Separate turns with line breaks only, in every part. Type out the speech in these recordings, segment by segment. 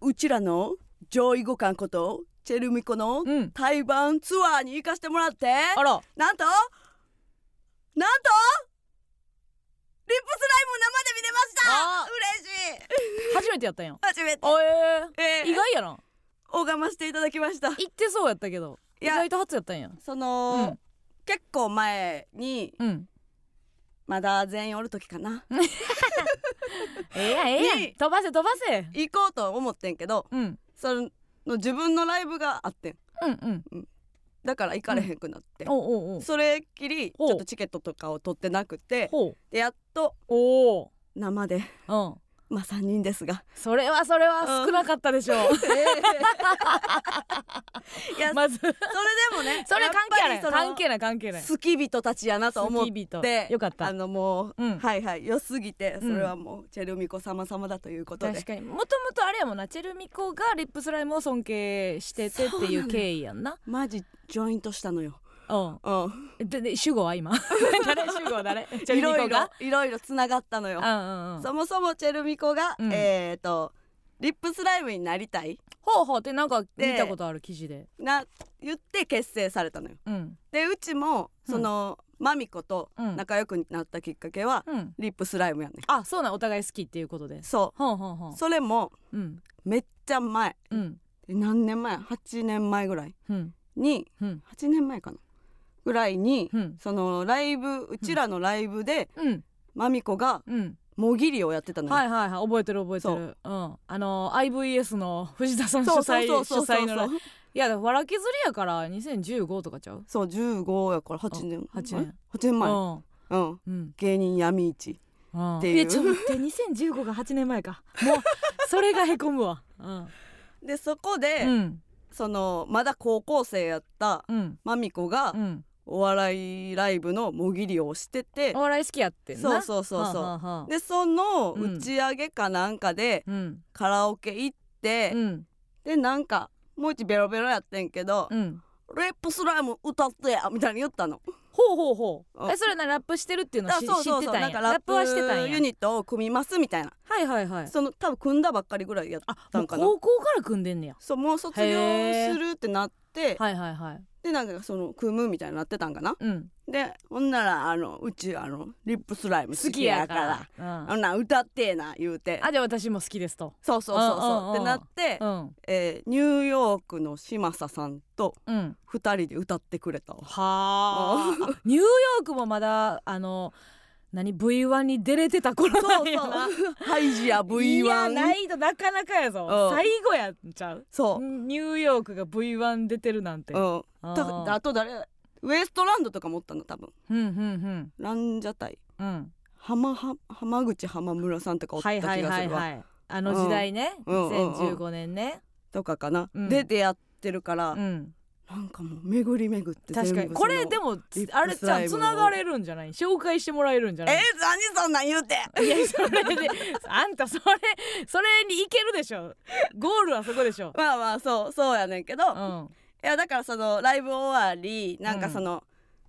うちらの上位互換ことチェルミコの
うん
台湾ツアーに行かしてもらって、
あら
なんとなんとリップスライ
あ
ム生で見れました嬉しい
初めてやったんや
初めて
あえ
え
ー、意外やな
拝ましていただきましたい
行ってそうやったけど意
や
外と初やったんや
そうの、
ん
結構前に
うん
まだ全員おる時かな
ええやんええやん
いい
飛ばせ飛ばせ
行こうと思ってんけど
うん
その自分のライブがあってん
うんうん
だから行かれへんくなって、
おうおうおう
それっきりち
ほう
ょっとチケットとかを取ってなくて
ほう
でやっと
お
生で
おうん
まあ3人ですが
それはそれは
うん
少なかったでしょう、
いや
まずそれ
それでもね
関係
や
な い
っぱりその
関係ない関係ない
好き人たちやなと思っ
好き人
て
よかった
あのもう、
うん
はいはい良すぎて
う
そ
ん
れはもう、チェルミコ様様だということで
確かにもともとあれやもんなチェルミコがリップスライムを尊敬しててっていう経緯やんな
マジジョイントしたのよ、
うん
うん、
でで主語は今誰主語は誰 チェ
い
ル
ろ
ミコ
いろ
が
いろいろつながったのよ
うんうんうん
そもそもチェルミコが、
うん
えっ、とリップスライムになりたい
ほうほうってなんか
で
見たことある記事で
な言って結成されたのよ
うん
でうちもその、マミコと
うん
仲良くなったきっかけは、
うん
リップスライムやねん
あそうなんお互い好きっていうことで
そ
ほうほうほ
う
う
それも
うん
めっちゃ前
うん
え何年前8年前ぐらい
うん
に
うん
8年前かなぐらいに、
うん
そのライブうちらのライブで、
うん
マミコが
うん
もぎりをやってたのよ、
はいはいはい覚えてる覚えて
そ
るうんあの IVS の藤田さん主
そうそう
催
そう
主
そうそう
催のライブいやわら削りやから2015とかちゃう
そう15やから8年
あ8年
8年前、うん
うんうん
芸人闇市
うん
っていう
やちょっと待って2015が8年前かもうそれがへこむわうん
でそこで、
うん
そのまだ高校生やった
うん
マミコが
うん
お笑いライブのもぎりをしてて
お、笑い好きやってんな
そうそうそうそう
はあはあはあ
でその
うん
打ち上げかなんかで
うん
カラオケ行って、
うん
でなんかもう一ベロベロやってんけど
うん
「レップスライム歌ってや」みたいに言ったの。
ほうほうほう
うん
えそれなラップしてるっていうの
だ
は
か
知
ら
知ってたん
な
や
んか
ラ
ラ
ッ
ッ
プ
プ
はしてたんや
ユニットを組みますみたいな、
はいはいはい
その多分組んだばっかりぐらいやっ
あ
た
もうん
かな
高校から組んでんねや
そうもう卒業
へー
するってなって
はいはいはい
でなんかその組むみたいになってたんかな
うん
でほんならあのうちあのリップスライム好
好
き
き
や
や
か
かららうん
あんな歌ってえな言うて
あじゃあ私も好きですと
そうそうそう
うんうんうん
そうってなって、
うん
えーニューヨークの嶋佐さんと
うん
2人で歌ってくれたわ
はああニューヨークもまだあの何 V1 に出れてた頃
そ
な
うん
やな
そ うハイジや
いやな
V1
いとなかなかやぞ
うん
最後やんちゃう
そ
ニューヨークが V1 出てるなんて
う、うん、
あ
とあ
ー
と誰ウエストランドとか持ったの多分
うんうん
ランジャタイ
うんうん
浜は浜口浜村さんとかおった
はい
気が
は
す
い
るわ、
はいはいあの時代ね、
うんうんうん
2015年ね
とかかな、
うん
で出会ってるから、
うん
なんかもう巡り巡って
確かにこれで
も
も
リップ
あれち
スラ
ゃ
イ
ん
ム
つ
の
ながれるんじゃない紹介してもらえるんじゃ
えー
ない、
何そんなん言うて
いやそれであんたそれそれにいけるでしょゴールはそこでしょ
まあまあそうそうやねんけど、
う
い
ん
やだからそのライブ終わりなんかその、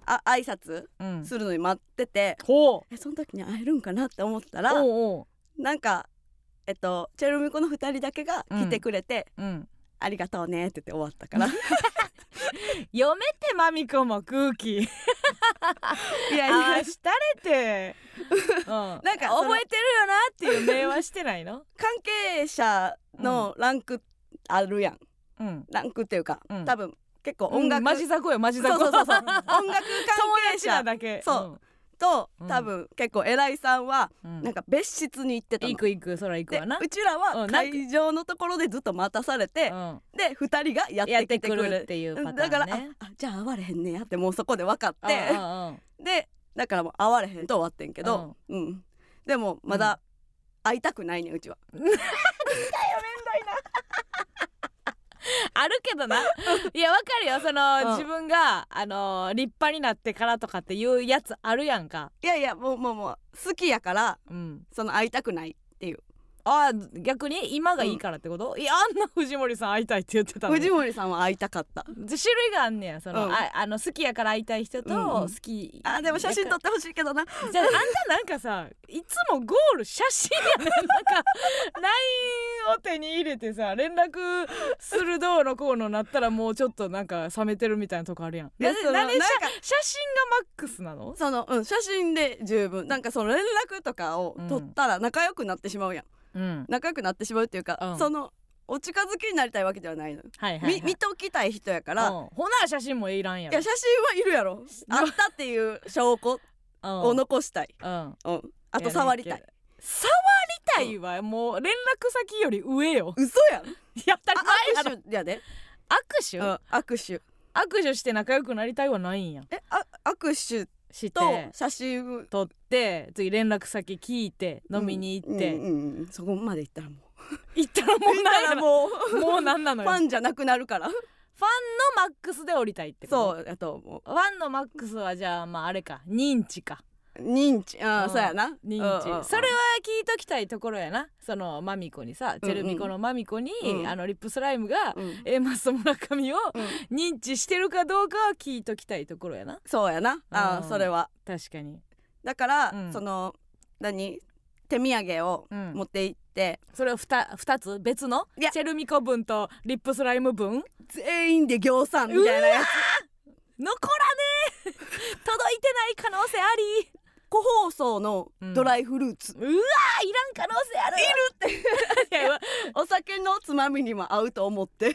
あ挨拶
うん
するのに待ってて、
ほう
えその時に会えるんかなって思ったら
おうお
なんかえっとチェルミコの2人だけが来てくれて、
ううん
ありがとうねって言って終わった から
読めてまみこも空気
いやい
あ
や
ーしたれて、うん、なんか
その
覚えてるよなっていう名はしてないの
関係者のランクあるやん、
うん
ランクっていうか、
うん
多分結構音楽、
うんマジザコよマジ
そう
ザ
そ
コ
うそうそう 音楽
友
関係
達な
者
だけ
そと
うん
多分結構偉いさんは
うん、うん
なんか別室に行ってたの
行。く行くそら行く
で
わな
うちら
う
は
んなんか
会場のところでずっと待たされて、
うん
で2人がや
やっ
っててきて
く
く
るっ
る
ていうパターンね
だから、ああじゃあ会われへんねやってもうそこで分かって
うん
でだからもう会われへんと終わってんけど、うんでもまだ会いたくないねうちは、
あるけどないやわかるよその、
うん
自分があのー立派になってからとかっていうやつあるやんか
いやいやもうもうもう好きやから
うん
その会いたくないっていう
あ逆に今がいいからってこと、いやあんな藤森さん会いたいって言ってたのに
藤森さんは会いたかった
じゃ種類があんねやその、
うん
ああの好きやから会いたい人
う
と
んう
好
ん
き、
あでも写真撮ってほしいけどな
じゃああんたなんかさいつもゴール写真やねんなんか LINE を手に入れてさ連絡するどうのこうのなったらもうちょっとなんか冷めてるみたいなとこあるやん
いや
な
その
なんで
なんか
写写真がマックスなの
その、うん、写真で十分なんかその連絡とかを取ったら仲良くなってしまうやん、
うん
仲良くなってしまうっていうか、
うん
そのお近づきになりたいわけではないのよ、
はいは
み
い、
見ときたい人やか
た
ら、
ほな写真もいらんや
い
ろ
や写真はいるやろあったっていう証拠
う
を
ん
残したい、
うん
うん、あと触りた
やねん
い
けど触りたいはもう連絡先より上よ
嘘やん
やったり
あ
前やろ
握手やで、
握手、
うん、握手
握手して仲良くなりたいはないんや
えあ握手
し
と
て
写真
撮って次連絡先聞いて飲みに行って、
うんうんうんそこまで行ったらもう
行ったら
行
もう
った
な
ら
んも
もう
うもうなんなの
ファ
よファンの
ンじゃなくなる から
マックスで降りたいってこと
そうやと思う
ファンのマックスはじゃあまああれか認知か
認知ああ
うん
そうやな
認知、
うんうんうん
それは聞いときたいところやなそのマミコにさチェルミコのマミコに、
うん
あのリップスライムが、
うん
A マスと村上を
うん
認知してるかどうかは聞いときたいところやな
そうやなあ
うん
あそれは
確かに、
だから、
うん
その何手土産を
うん
持って行って、
それを 2, 二つ別の
いや
チェルミコ分とリップスライム分
全員で行さんみたいなやつ
残らねえ 届いてない可能性あり
個包装のドライフルーツ、
うわーいらん可能性あるいる って
お酒のつまみにも合うと思って
う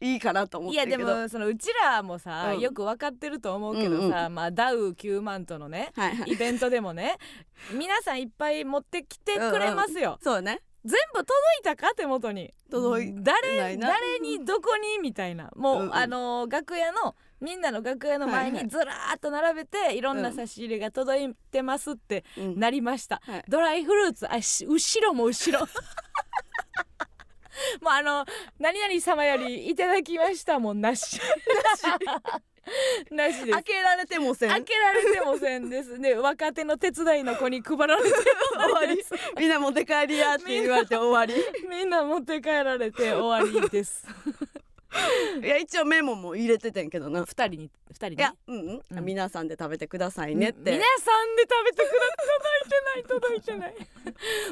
いいかなと思
ん、
っ
い
て
や
るけ
で
ど
もそのうちらもさ、
うん
よく分かってると思うけどさ、まあ、ダウ9万との ね
はいはい
イベントでもね皆さんいっぱい持ってきてくれますよ、
そうね
全部届いたか手元に
届いな
誰
いな
誰にどこにみたいなもう、
うんうん
あのー楽屋のみんなの楽屋の前
はいは
に
い
ずらーっと並べていろんな
うん
差し入れが届いてますって
うん
なりました、
はい
ドライフルーツあし後ろも 後ろもうあの何々様よりいただきましたもんなしなしです
開けられてもせ
開
ん
けられてもせんですね若手の手伝いの子に配られて
終わりみんな持って帰りやって言われて終わり
みんな持って帰られて終わりです
いや一応メモも入れててんけどな
二人に二人に
いやうん、
う
うんん、皆さんで食べてくださいねって
皆さんで食べてください届いてない届いてない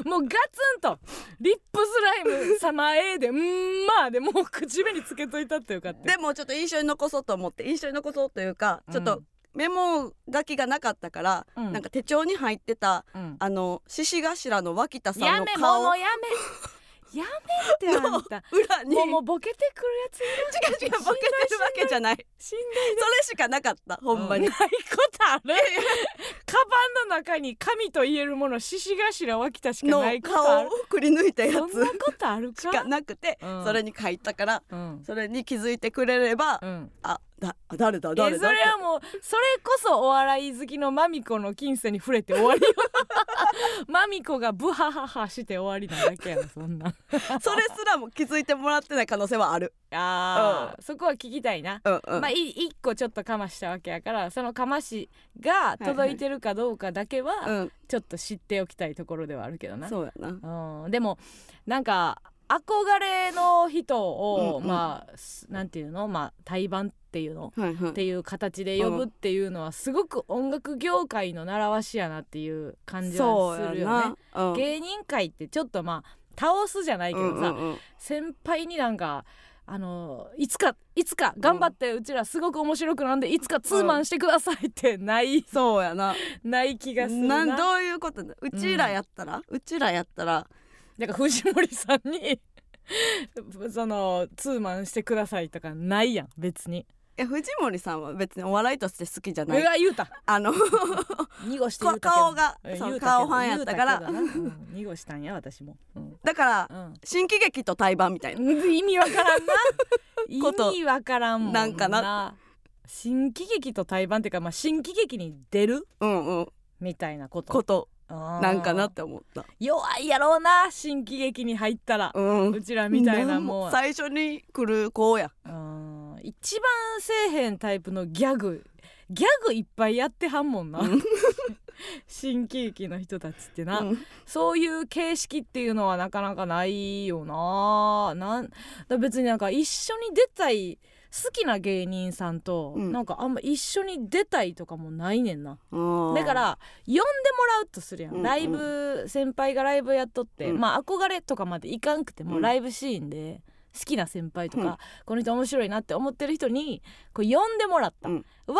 もうガツンとリップスライム様へでうーんまあでもう口紅つけといたってよかった
でもちょっと印象に残そうと思って印象に残そうというか、ちょっとメモ書きがなかったから、
うん
なんか手帳に入ってた
うん
あの獅子頭の脇田さん
や
の
めもう
顔
も
の
うやめやめってあ んた
裏に
もうもうボケてくるやつ
違
いる
う違うボケてるわけじゃ ない
死
そ
ん
れしかなかったほんまに、
ないことあ るカバンの中に神と言えるもの獅子頭脇田しか
の
ないことあ
顔
る
をくり抜いたや
そんな
つ
ことある
し
か
かなくて、
うん
それに書いたから
うん
それに気づいてくれれば、
うん
あだあ誰だ
いや
誰
そ
だ
れはもうそれこそお笑い好きのマミコの金銭に触れて終わりよ マミコがブハハハして終わりなだけやろそん な
それすらも気づいてもらってない可能性はある。
あー、そこは聞きたいな、
うんうん
まあい一個ちょっとかましたわけやからそのかましが届いてるかどうかだけは
うん、
ちょっと知っておきたいところではあるけどな、
そうやな。
うん、でもなんか憧れの人を、
うんうん
まあすなんていうのまあ対バンっていうの
はいは
っ
い。
ていう形で呼ぶっていうのはすごく音楽業界の習わしやなっていう感じはするよ
そ
ね。
うやな。うん
芸人界ってちょっとまあ倒すじゃないけどさ、
うんうんうん
先輩になんかあのいつかいつか頑張ってうちらすごく面白くなんでいつかツーマンしてくださいってない、
そうやな。
ない気がするな
なんどういうことだ。うちらやったら、うちらやったら、
なんか藤森さんに そのツーマンしてくださいとかないやん別に。
え藤森さんは別にお笑いとして好きじゃ
う
な
わ
い。
言うた
あの
濁して言
こ
うたけど
顔が
え
そ
言
う
うたけど
顔ファンやったから
言うけどな うん濁したんや私も、うん
だから
うん
新喜劇と対バンみたいな。
意味わから んな意
こと
味わからんもん
なんかな
新喜劇と対バンっていうか、まあ、新喜劇に出る
うんうん。
みたいなこと
こと
あー
なんかなって思った。
弱いやろうな新喜劇に入ったら、
う。
うんちらみたいなもんは
最初に来る子や。
うん一番せえへんタイプのギャグギャグいっぱいやってはんもんな、
うん
新喜劇の人たちってな、
うん
そういう形式っていうのはなかなかないよななんだ別になんか一緒に出たい好きな芸人さんと、
うん
なんかあんま一緒に出たいとかもないねんな
あー
だから呼んでもらうとするやん、
うんうん
ライブ先輩がライブやっとって、
うん
まあ憧れとかまでいかんくても、
うん
ライブシーンで好きな先輩とか、
うん
この人面白いなって思ってる人にこう呼んでもらった、
うん
は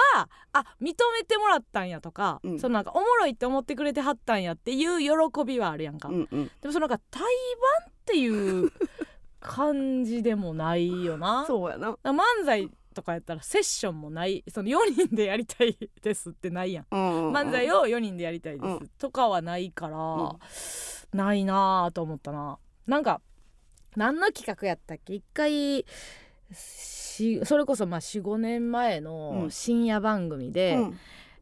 あ認めてもらったんやとか、
うん
そのなんかおもろいって思ってくれてはったんやっていう喜びはあるやんか、
うんうん
でもそのなんか対バンっていう感じでもないよ な。
そうやな
だから漫才とかやったらセッションもないその4人でやりたいですってないやん漫
漫
才を4人でやりたいです、
うん
とかはないから、
ん
ないなぁと思ったななんか何の企画やったっけ一回しそれこそまあ45年前の
うん
深夜番組で、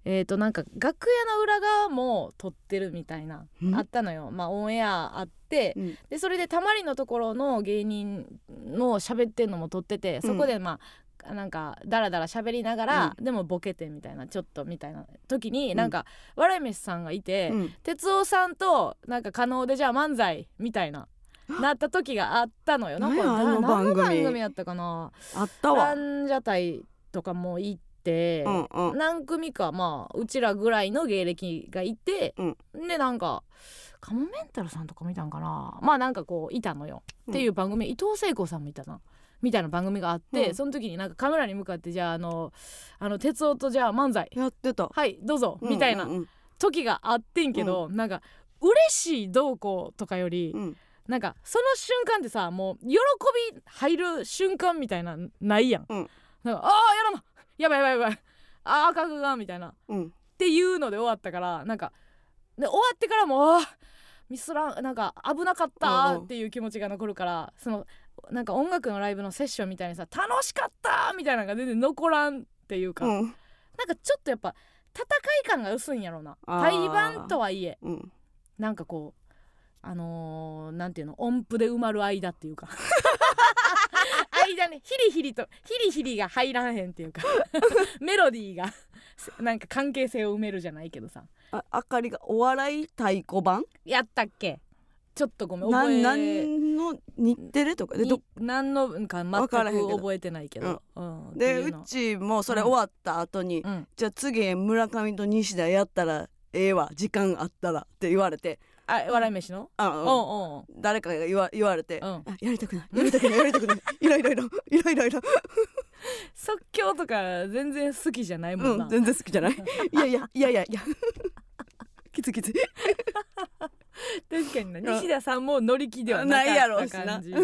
えー、となんか楽屋の裏側も撮ってるみたいな、
うん
あったのよ、まあ、オンエアあって、
うん
でそれでたまりのところの芸人の喋ってんのも撮っててそこでまあ、なんかダラダラ喋りながら、でもボケてみたいなちょっとみたいな時に、
うん
なんか笑い飯さんがいて、
うん
哲夫さんとなんか可能でじゃあ漫才みたいな。なった時があったのよ。なんか
なんやあの番組
何の番組やったかな。
あったわ
ラ者隊とかも行って、
うんうん
何組かまあうちらぐらいの芸歴がいて、でなんかカモメンタルさんとか見たんかなまあなんかこういたのよ、
うん
っていう番組伊藤聖子さんもいたなみたいな番組があって、
うん
その時になんかカメラに向かってじゃああのあの哲夫とじゃあ漫才
やってた
はいどうぞみたいな
うんうん
時があってんけど、なんか嬉しいどうこうとかより、
うん
なんかその瞬間ってさもう喜び入る瞬間みたいなないやん、
うん
なんかああやらなやばいやばいやばいああ覚悟がみたいなっ
うん
ていうので終わったからなんかで終わってからもあーミスらんなんか危なかった
うん
ー
うん
っていう気持ちが残るからそのなんか音楽のライブのセッションみたいにさ楽しかったーみたいなのが全然残らんっていうか、
うん
なんかちょっとやっぱ戦い感が薄いんやろな
あー
対バンとはいえ
うん
なんかこうあのー、なんていうの音符で埋まる間っていうか間ねヒリヒリとヒリヒリが入らへんっていうかメロディーがせなんか関係性を埋めるじゃないけどさ
ああかりがお笑い太鼓版
やったっけちょっとごめん
な
覚え
んなんの日テレとかでど
に何のか全
わからへんけ
く
ど
覚えてないけどうんって
で
いう
う
の
ちもそれ終わった後に、
うん
じゃあ次村上と西田やったらええわ時間あったらって言われて
あ笑い飯の
あ
う
うん
んうん
誰かが言わ言われて、
うん
あやりたくないやりたくないやりたくない いろいろいろいろいろいろ
即興とか全然好きじゃないもん
う
な、
ん全然好きじ ゃないいやいやいやい やいやきつきつ
確かにな西田さんも乗り気ではな
ないや
か
ろ
っ
うしたな
感じは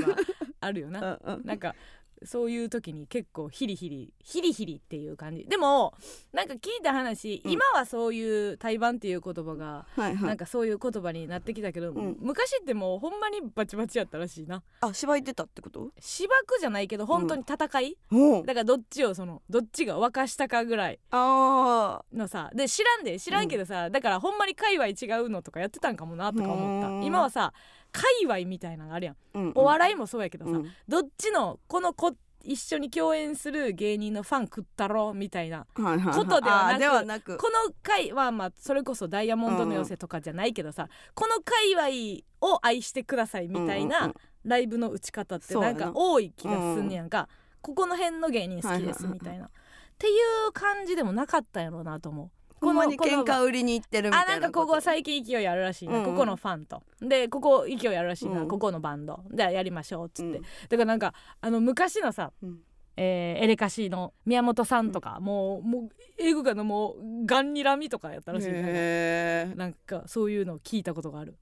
あるよ
う
な。
んうん
なんかそういう時に結構ヒリヒリヒリヒリっていう感じでもなんか聞いた話、
うん
今はそういう対バンっていう言葉が
はいは
なん
い
かそういう言葉になってきたけど、
うん
昔ってもうほんまにバチバチやったらしいな
あ芝居出たってこと
芝生じゃないけど本当に戦い、
おう
だからどっちをそのどっちが沸かしたかぐらい
あ
のさで知らんで知らんけどさ、だからほんまに界隈違うのとかやってたんかもなとか思った
うーん
今はさ界隈みたいなのがあるやん
ー、うんうん、
お笑いもそうやけどさ、
うん
どっちのこのこ一緒に共演する芸人のファン食ったろみたい
は
な
いはいはい
ことではなく
あーではなく
この回はまあそれこそダイヤモンドの寄せとかじゃないけどさ、この界隈を愛してくださいみた
う
い
んうん
な
う
ライブの打ち方って
そう
な
や
ん
な
か多い気がすんねやんか、ここの辺の芸人好きですみたいな、っていう感じでもなかったんやろうなと思う。
んほんまに
この
喧嘩売りに行ってるみたい
あ
な
なんかここ最近勢いあるらしいな、
うんうん
ここのファンとでここ勢いあるらしいな、
うん
ここのバンドじゃあやりましょうっつって、
うん
だからなんかあの昔のさ、
うん
えーエレカシの宮本さんとか、もうもう英語がのもうガンにらみとかやったらしいなんか
へー
なんかそういうのを聞いたことがある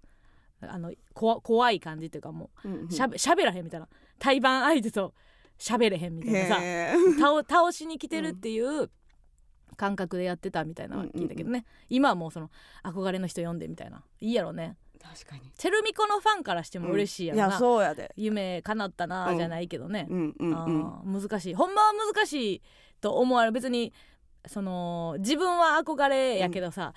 あのこわ怖い感じっていうかも
うんうん
うしゃべしゃべらへんみたいな対バン相手と喋れへんみたいなさ
へー
倒倒しに来てるっていう感覚でやってたみたいなのは聞いたけどね、今はもうその憧れの人読んでみたいないいやろね
確かに
チェルミコのファンからしても嬉しいやろ
い
な、
やそうやで
夢叶ったな
うん
じゃないけどね、
うんうんうん
あー難しいほんまは難しいと思われる別にその自分は憧れやけどさ、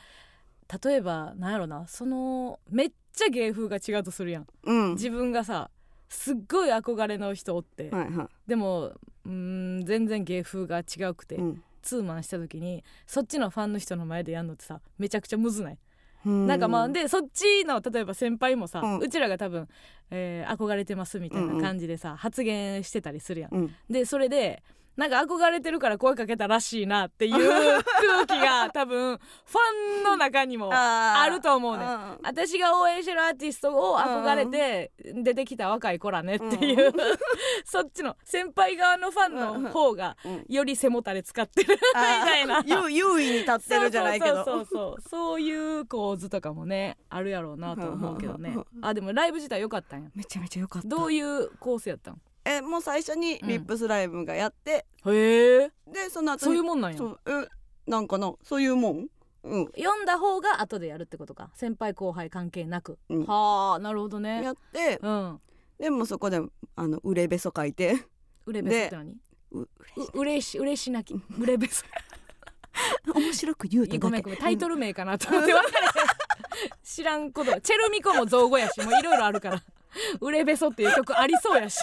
例えばなんやろなそのめっちゃ芸風が違うとするやん
うん
自分がさすっごい憧れの人おって、
はいは
でもうーん全然芸風が違うくて、
いうん
ツーマンした時にそっちのファンの人の前でやんのってさめちゃくちゃむずない
うん
なんかまあでそっちの例えば先輩もさ、
う
うんちらが多分、えー憧れてますみたいな感じでさ、発言してたりするやん。
うん
でそれでなんか憧れてるから声かけたらしいなっていう 空気が多分ファンの中にも
あ
あると思うね ん。
ん
私が応援してるアーティストを憧れて出てきた若い子らねっていう、 そっちの先輩側のファンの方が
うん
より背もたれ使ってる み
あー
たいな
優優位に立ってるじゃないけど
そうそうそうそうそういう構図とかもねあるやろうなと思うけどねあでもライブ自体良かったんや
めちゃめちゃ良かった
どういう構成やったん
えもう最初にリップスライムがやって、
へえ
でその後に
そういうもんなんや
そうえなんかなそういうもんうん
読んだ方が後でやるってことか先輩後輩関係なく、
うん
はあなるほどね
やって
うん
でもそこであの売れべそ書い て
うれべそって何
うう
うれしうれしなきうれべそ
面白く言う
い
た
やご
だ
めん
け
ご めんタイトル名かなと思って分かれへん 知らんことチェルミコも造語やしもういろいろあるから「うれべそ」っていう曲ありそう やし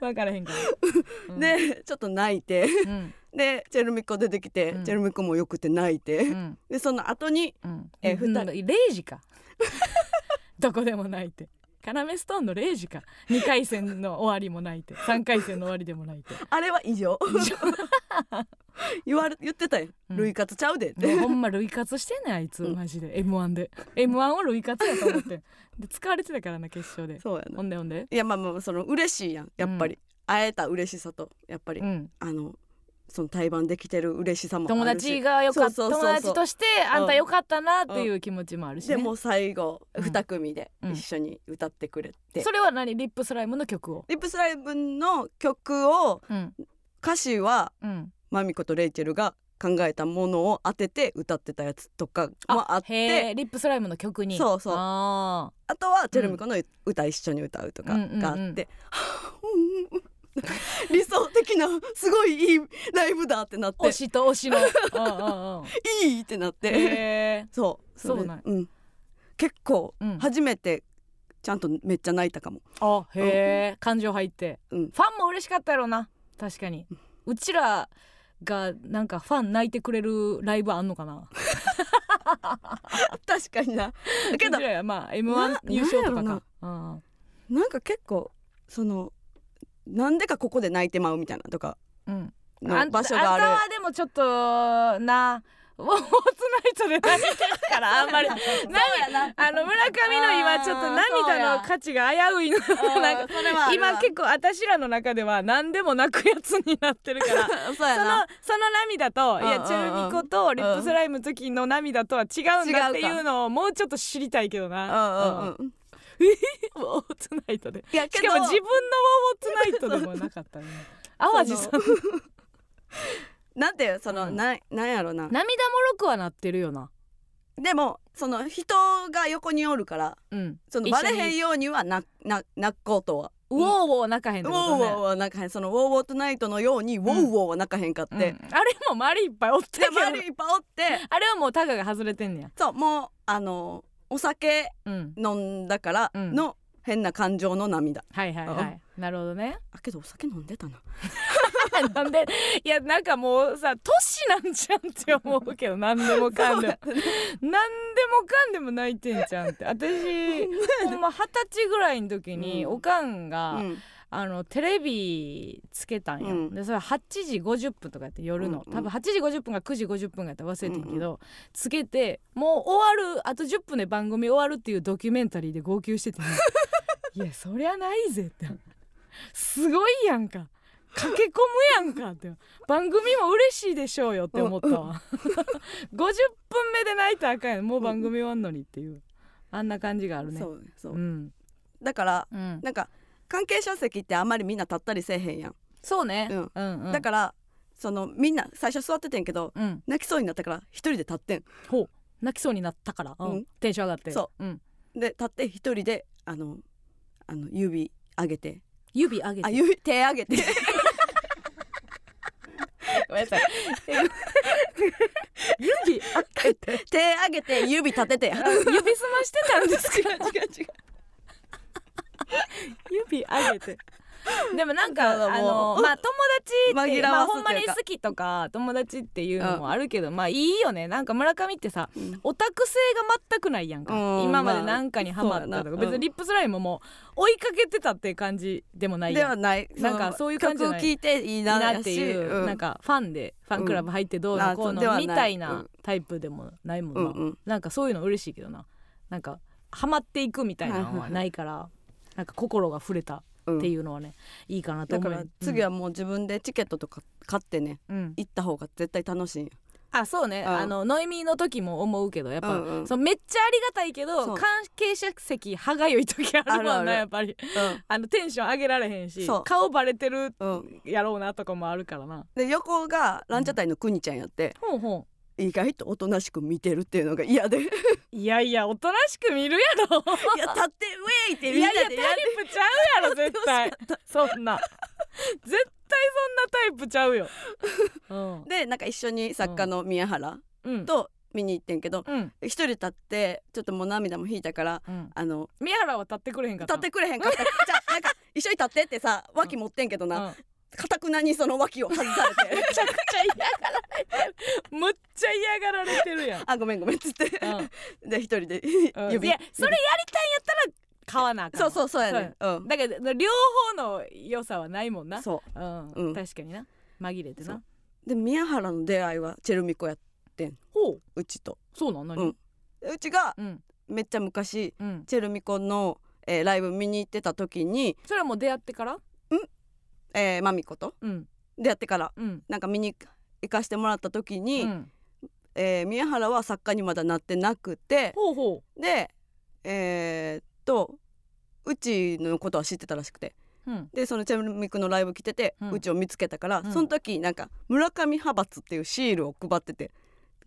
分からへんから
うんでちょっと泣いて
うん
でチェルミコ出てきて、
うん
チェルミコもよくて泣いて、
うん
でその後に
うん
え
うん
二
0時か どこでもないって要ストーンの0時か2回戦の終わりもないって3回戦の終わりでもないって
あれは以上 言われ言ってたよ、
うん
類活ちゃうでって、
もうほんま類活してんねんあいつ
うん
マジで m 1で m 1を類活やと思ってんで使われてたからな決勝で
そうやな
ほんでほんで
いやまあまあその嬉しいやんやっぱり、会えた嬉しさとやっぱり、
うん
あのその対バンできてる嬉しさもあるし
友達がよかった
そうそう
友
そうそう
達としてあんたよかったなっていう気持ちもあるし、ね
でもう最後
うん
2組で
うん
一緒に歌ってくれて、
それは何リップスライムの曲を
リップスライブの曲を
うん
歌詞は
うん
マミコとレイチェルが考えたものを当てて歌ってたやつとかもあっ
へ
て
えリップスライムの曲に
そうそう
あ
あとはチェルミコの歌一緒に歌うとかがあって、
うんうんうん
理想的なすごいいいライブだってなっ
ー推
て
しと推 しのうんうんうん
いいってなって、
へー
そうれ
そうなんや
うん、結構、
うん
初めてちゃんとめっちゃ泣いたか も
あへえ、感情入って、
うん
ファンも嬉しかったやろな確かにうちらがなんかファン泣いてくれるライブあんのかな
確かにな けど
うちらやまあ m
な
1優勝と
な
か
んやろ
かうんうん
なんか結構そのなんでかここで泣いてまうみたいなとか
うん
の場所がある
んたはでもちょっとなウォーツナイトで泣いてるからあんま り
な
あの村上の今ちょっと涙の価値が危ういのなんか
それは
今結構私らの中では何でも泣くやつになってるから
構 そうや
その
な
その涙と、い
うんうんう
や
ん
チェルミコとリップスライムの時の涙とは違うんだって
違う
い
か
うのをもうちょっと知りたいけど
うんうん
な。
うん
うんウォーツナイトで。
いや
し
けど
かも自分のウォーツナイトでもなか ったね。淡路さん。
なんてその、
うん
ななんやろな
涙もろくはなってるよな。
でもその人が横におるから
うん。
その
一緒
バ
に
レへんようにはなな泣こうとは
ウォーウォー泣かへんっ
ウ
て
ォー
こ
ウ
と
ォー
ね。
は泣かへんそのウォーウォートナイトのようにウォーウォーは泣かへんかって、
うんあれも周りいっぱいおった
で
けど。
周りいっぱいおって
あれはもうタガが外れてんねや。
そうもうあのお酒
うん。
飲んだからの変な感情の涙、
はいはいはい。なるほどね。
あけどお酒飲んでたな
なんでいやなんかもうさ年なんじゃんって思うけど何でもかん でも何でもかんでも泣いてんじゃんっ て私ほんま二十歳ぐらいの時に、
うん
おかんが、
うん
あのテレビつけたんや、
うん
でそれ8時50分とかやって夜の、
うんうん
多分8時50分が9時50分がやったら忘れてんけど、つけてもう終わるあと10分で番組終わるっていうドキュメンタリーで号泣して て、ね、いやそりゃないぜってすごいやんか駆け込むやんかって番組も嬉しいでしょうよって思った わ50分目で泣いたらあかんやんもう番組終わんのにっていうあんな感じがあるね
そうそう、
うん
だから
うん、
なんか関係者席ってあんまりみんな立ったりせえへんやん、
そうね、
うん
うんうん
だからそのみんな最初座っててんけど
うん
泣きそうになったから一人で立ってん
ほう泣きそうになったから、うん
うん
テンション上がって、
そう
ん、
で立って一人であのあの指上げて
指上げ
あ
て
指手上げて
ごめんなさい 指あ
手 上げて指立ててや
指すましてたんですか
違う違う
指上げてでもなん
そうだ
かあ
もう
のまあ友達って
紛ら
まあ
わすというんか
ほまに好きとか友達っていうのもあるけどまあいいよねなんか村上ってさ
うん
オタク性が全くないやんか
うん
今までなんかにハマったと
まあ
か
そうやな
別にリップスライムも追いかけてたっていう感じでもない
で
やん
はない
なんかそういう感じじゃ
曲を
ない
聴いていい
いい
な
なっていう、
やし
なんかファンでファンクラブ入ってどう
うんあ
のこう
そうでは
の
ない
みたいうなんタイプでもないも
う
んな、
んうん
なんかそういうの嬉しいけどななんかハマっていくみたいなのはないからなんか心が触れた
うん
っていうのはね、いいかなと
だ
思
か
う
ら次はもう自分でチケットとか買ってね
うんうん
行った方が絶対楽しいんよ
あそうね、
うん
あのノイミーの時も思うけどやっぱ、
うんうん
そのめっちゃありがたいけ
そ
ど
う
関係者席歯がゆい時あるもんな
あるある
やっぱりあのテンション上げられへんし
そう
顔バレてる
うんうん
やろうなとかもあるからな
で横がランジャタイのくにちゃんやって
ほうほう
意外とおとなしく見てるっていうのが嫌 で いや立
いやいやおとなしく見るやろ
ってウェイって
い
みんな
やいやタ
で
イ
やる
プちゃうやろ絶対 そんな絶対そんなタイプちゃうようん
でなんか一緒に作家の宮原
うん
と見に行ってんけど
うん
一人立ってちょっともう涙も引いたから
うん
あの
宮原は立ってくれへんかった
立ってくれへん かったじゃあなんか一緒に立ってってさ脇持ってんけど
うん
なかたくなにその脇を外されて
めちゃくちゃ嫌がられてるむっちゃ嫌がられてるやん
あごめんごめんっつって
う
で一人で
んうん
指
いやそれやりたいんやったら買わなあかん
そう
わ
そうそうやねうん
だけど両方の良さはないもんな
そううん
ん確かにな紛れて
そ
な
うで宮原の出会いはチェルミコや
ほう
うちと
そうなん
うん
何
うちが
うん
めっちゃ昔
うん
チェルミコの、えーライブ見に行ってた時に、
それはもう出会ってから
えー、マミコと
うん
出会ってから
うん
なんか見に行かしてもらった時に、
うん
えー宮原は作家にまだなってなくて
ほうほ
でえーっとうちのことは知ってたらしくて
ううん
でそのチェルミコのライブ来てて、
う
うんちを見つけたから、
うん
その時なんか村上派閥っていうシールを配ってて、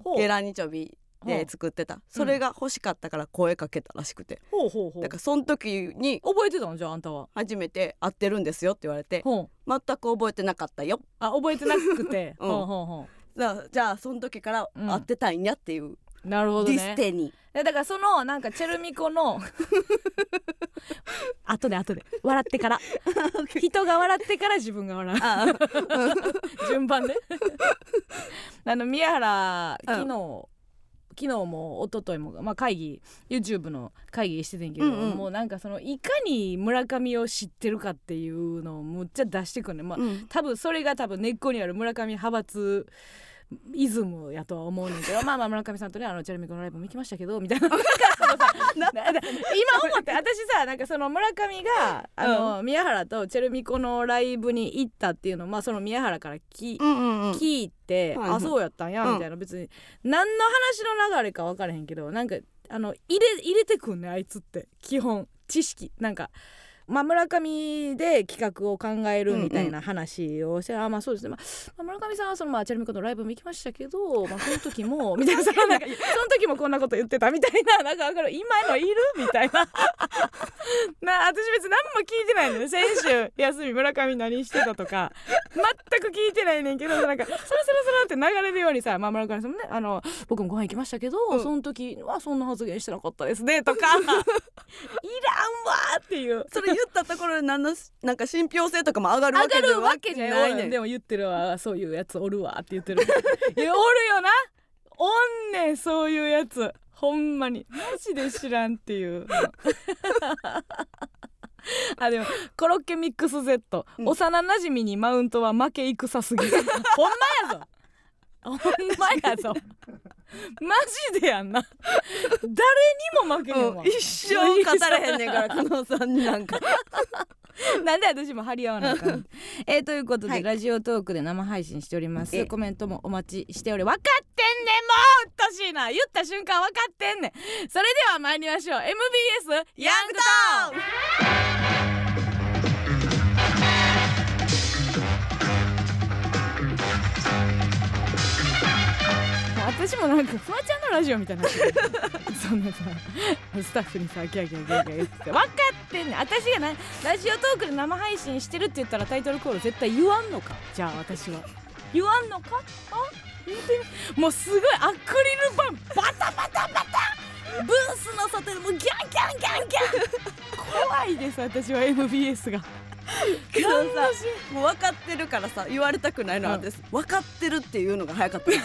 ほう
ゲラニチョビで作ってたそれが欲しかったから声かけたらしくて、
ほうほうほう
だからその時に
覚えてたのじゃああんたは
初めて会ってるんですよって言われて
ほう
全く覚えてなかったよ
あ覚えてなくて
うん
ほうほうほ
だじゃあその時から会ってたんやっていう、
うなるほど
ディス
ね
ティニ
だからそのなんかチェルミコの 後で後で笑って から人が笑ってから自分が笑
ああ
う順番 であの宮原
うん
昨日、昨日も一昨日もまあ会議 YouTube の会議しててんけど、
うんうん
もうなんかそのいかに村上を知ってるかっていうのをむっちゃ出してくるね、まあ、
うん
多分それが多分根っこにある村上派閥イズムやとは思うねん けどまあまあ村上さんとねあのチェルミコのライブも行きましたけどみたいななんかそのさなな今思って私さなんかその村上があの、宮原とチェルミコのライブに行ったっていうのをまあその宮原から聞,、
うんうんうん
聞いて、
はいはい
あそうやったんや
うん
みたいな、別に何の話の流れか分からへんけどなんかあの入れ入れてくんねあいつって基本知識なんかまあ、村上で企画を考えるみたいな話をして、あまあそうですね、まあ、まあ村上さんはその、まあ、チェルミコのライブも行きましたけど、まあ、その時も みたいなそのなんかその時もこんなこと言ってたみたいななんかわかる今のいるみたいな な私別に何も聞いてないのよ先週休み村上何してたとか全く聞いてないねんけどなんかそろそろそろって流れるようにさ、まあ、村上さんもねあの僕もご飯行きましたけど、
うん
その時はそんな発言してなかったですねとか いらんわっていう。
それ言ったところで何のなんか信憑性とかも上がるわ
上
け
が
で
るわけじゃないねん
ん
でも言ってるわそういうやつおるわって言って るいやおるよなおんねんそういうやつほんまにマジで知らんっていう あでもコロッケミックス Z、
うん
幼なじみにマウントは負け戦すぎる ほんまやぞほんまやぞ マジでやんな誰にも負けへんわ
うん、一生勝たれへんねんから加納さんになんか
なんで私も張り合わなあかん えーということで、
はい
ラジオトークで生配信しておりま
え
すコメントもお待ちしており分かってんねんもううっとうしいな言った瞬間分かってんねんそれでは参りましょう MBS ヤングタウンもう私もなんかフワちゃんのラジオみたいになってるそんなさスタッフにさギャーギャーギャーギャー言ってて分かってんねん私がなラジオトークで生配信してるって言ったらタイトルコール絶対言わんのかじゃあ私は言わんのかあ言ってみもうすごいアクリル板バタバタバタブースの外でもうギャンギャンギャンギャン怖いです私は MBS が
けど
なん
さ
だし
もう分かってるからさ言われたくないのは
うん
です、分かってるっていうのが早かった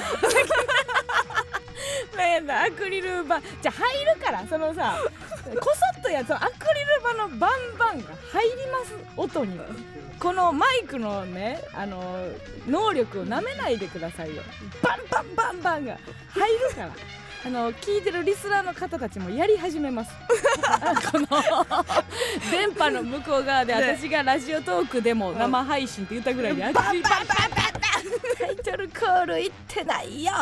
なんだアクリル板じゃあ入るからそのさこそっとやつアクリル板のバンバンが入ります音にこのマイクのねあの能力をなめないでくださいよバンバンバンバンが入るからあの聞いてるリスナーの方たちもやり始めますこの電波の向こう側で
ね
私がラジオトークでも生配信って言ったぐらいでアクリル板タイトルコール言ってないよ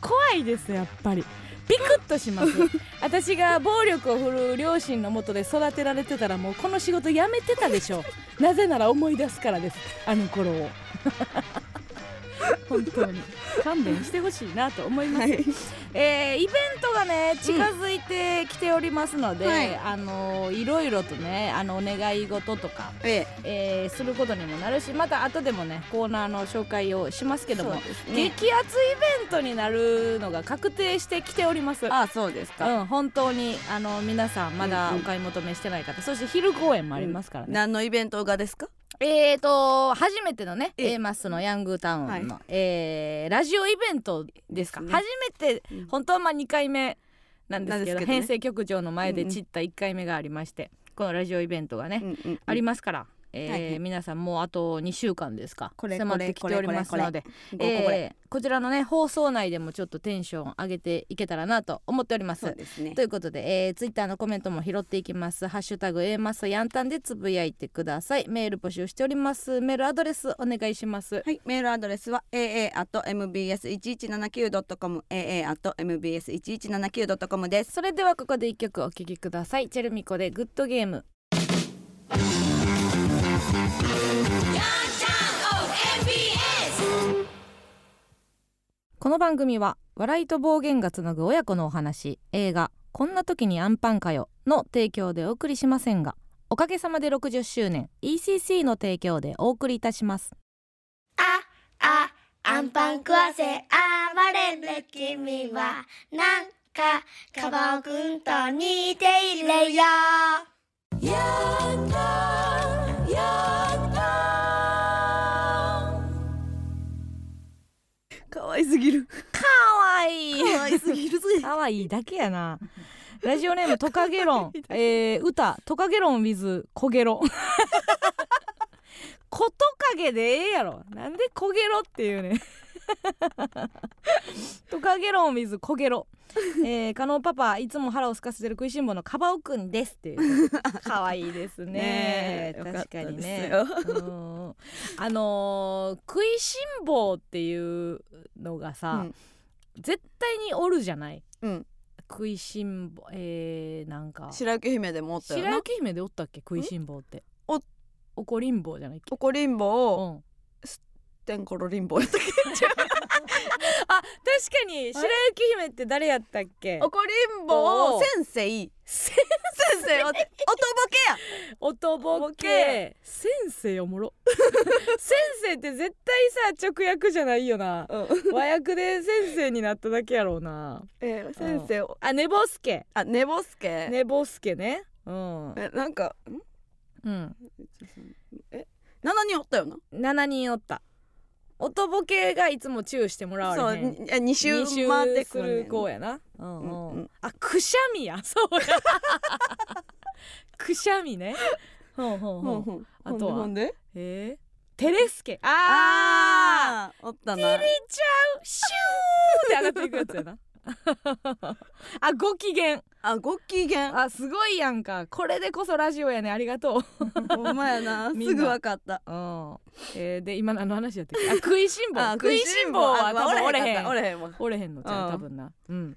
怖いですやっぱりビクッとします私が暴力を振るう両親のもとで育てられてたらもうこの仕事やめてたでしょう なぜなら思い出すからですあの頃を 本当に勘弁してほしいなと思いま
は
す、
い
えーイベントがね近づいてきておりますので、
うんはい
あのいろいろとねあのお願い事とか
え
えーすることにもなるしまた後でもねコーナーの紹介をしますけ
え
ども、
です
激アツイベントになるのが確定してきております。
あそうですか、
うん、本当にあの皆さんまだ
うん
お
うん
買い求めしてない方、そして昼公演もありますからね、
何のイベントがですか
えーと初めてのね
え
A マスのヤングタウンの、
はい
えーラジオイベントですか、
ですね
初めて
うん
本当はまあ2回目なんですけど
なんですけどね
編成局長の前で散った1回目がありまして、このラジオイベントがね、
うんうん
ありますから、えー
はいはい
皆さんもうあと2週間ですか
これ
迫ってきておりますので
これこれこれ
えーこちらのね放送内でもちょっとテンション上げていけたらなと思っておりま
そ
す
う。ですね
ということで、えー、ツイッターのコメントも拾っていきます。ハッシュタグ A マスヤンタンでつぶやいてください。メール募集しております。メールアドレスお願いします。
はい、メールアドレスは aa.mbs1179.com aa.mbs1179.com です
それではここで一曲お聴きください。チェルミコでグッドゲーム。この番組は笑いと暴言がつなぐ親子のお話映画「こんな時にアンパンかよ」の提供でお送りしませんがおかげさまで60周年 ECC の提供でお送りいたします
あ、あ、アンパン食わせ、暴れんで君は、なんか、カバオくんと似ているよ。
可愛すぎる
かわ いい
可愛す ぎるぜ
かわいいだけやなラジオネームトカ ゲロン、えー、歌トカゲロン with コゲロコトカゲでええやろなんでコゲロっていうね トカゲロン with コ ゲロえー、カノンパパいつも腹を空かせてる食いしん坊のカバオくんですって いうかわいいですね
ねえ
確かにね
よかっ
うんあのー食いしん坊っていうのがさ、
うん
絶対におるじゃない、
うん
食いしん坊えー、なんか
白雪姫でもおったよ
白
な
雪姫でおったっけ食いしん坊って
お
怒りん坊じゃないっけ、
怒りんぼ
う
を
ん、
てんころりんぼやったっけ
あ確かに白雪姫って誰やったっけ
怒りんぼを
お
先生先
せ
生おおとぼけや
音ボケ先生おも ろ先生って絶対さ直訳じゃないよな和訳で先生になっただけやろうな
えー先生を
あ寝坊すけ
あ寝ぼすけ
寝坊すけねうん、
えなんかん
うん、
え七人おったよな
7人おった音ボケがいつもチューしてもら
そ
わ
う
れへん
にえ二周
二周
回って
す
くるね
る子やな、うん
うんうん
あくしゃみや そうやくしゃみねほうほ
ほ
うほ
ん
う
ほん
あとは
ほんでほんで
えー、テレスケあ
あ
ー
ーおったな
ちゃうシューって上がっていくやつやな あご機嫌
あご機嫌
あすごいやんかこれでこそラジオやねありがとう、
ほんまやなす
みんな
ぐわかった
うんえー、で今何の話やって あ食いしん坊
あ
食いしん坊は多分おれへん
おれへんわ
おれへんのちゃう
うん
多分なうん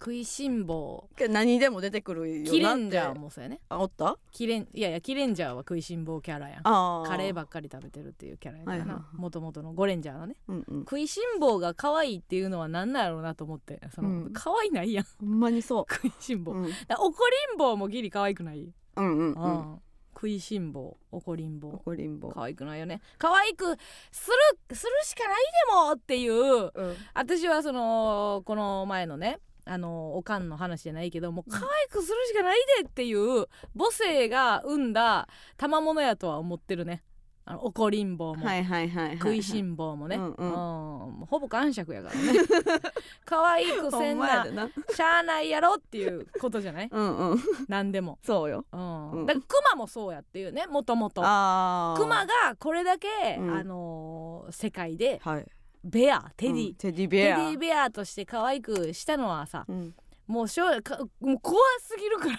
食いしん坊
けど何でも出てくるよなって
キレンジャーもそうやね
あおった
キレンいやいやキレンジャーは食いしん坊キャラやん
あ
カレー
っ
ばっかり食べてるっていうキャラやか
はい
ら
はいはい
なもともとのゴレンジャーのね
うんうん
食いしん坊が可愛いっていうのは何なんやろうなと思ってその、
うん
可愛いないやん
ほんまにそ
食いしん
う
坊、
う
だ
ん
から怒りん坊もギリ可愛くない、
うんうん
う
うん
ん食いしん坊怒りん坊
怒りんぼ
可愛くないよね可愛くするするしかないでもっていう
うん
私はそのこの前のねあのおかんの話じゃないけどもう可愛くするしかないでっていう母性が生んだ賜物やとは思ってるねあの怒りん坊も、
はいはいはいはい
食いしん坊もね、
うんうん
うんほぼ感触やか らね可愛く
ほ
せ
ん
ん
まや
な
でな
しゃあないやろっていうことじゃない
うんうん
何でも、
そうよ
うん
うん
だからクマもそうやっていうねもともと
ああ
クマがこれだけ、
うん
あのー世界で
はい
ベアテディ、
うんテディ
テ
ベ
デ
ア
ィベアとして可愛くしたのはさ
うん
もうしょうかもう怖すぎるから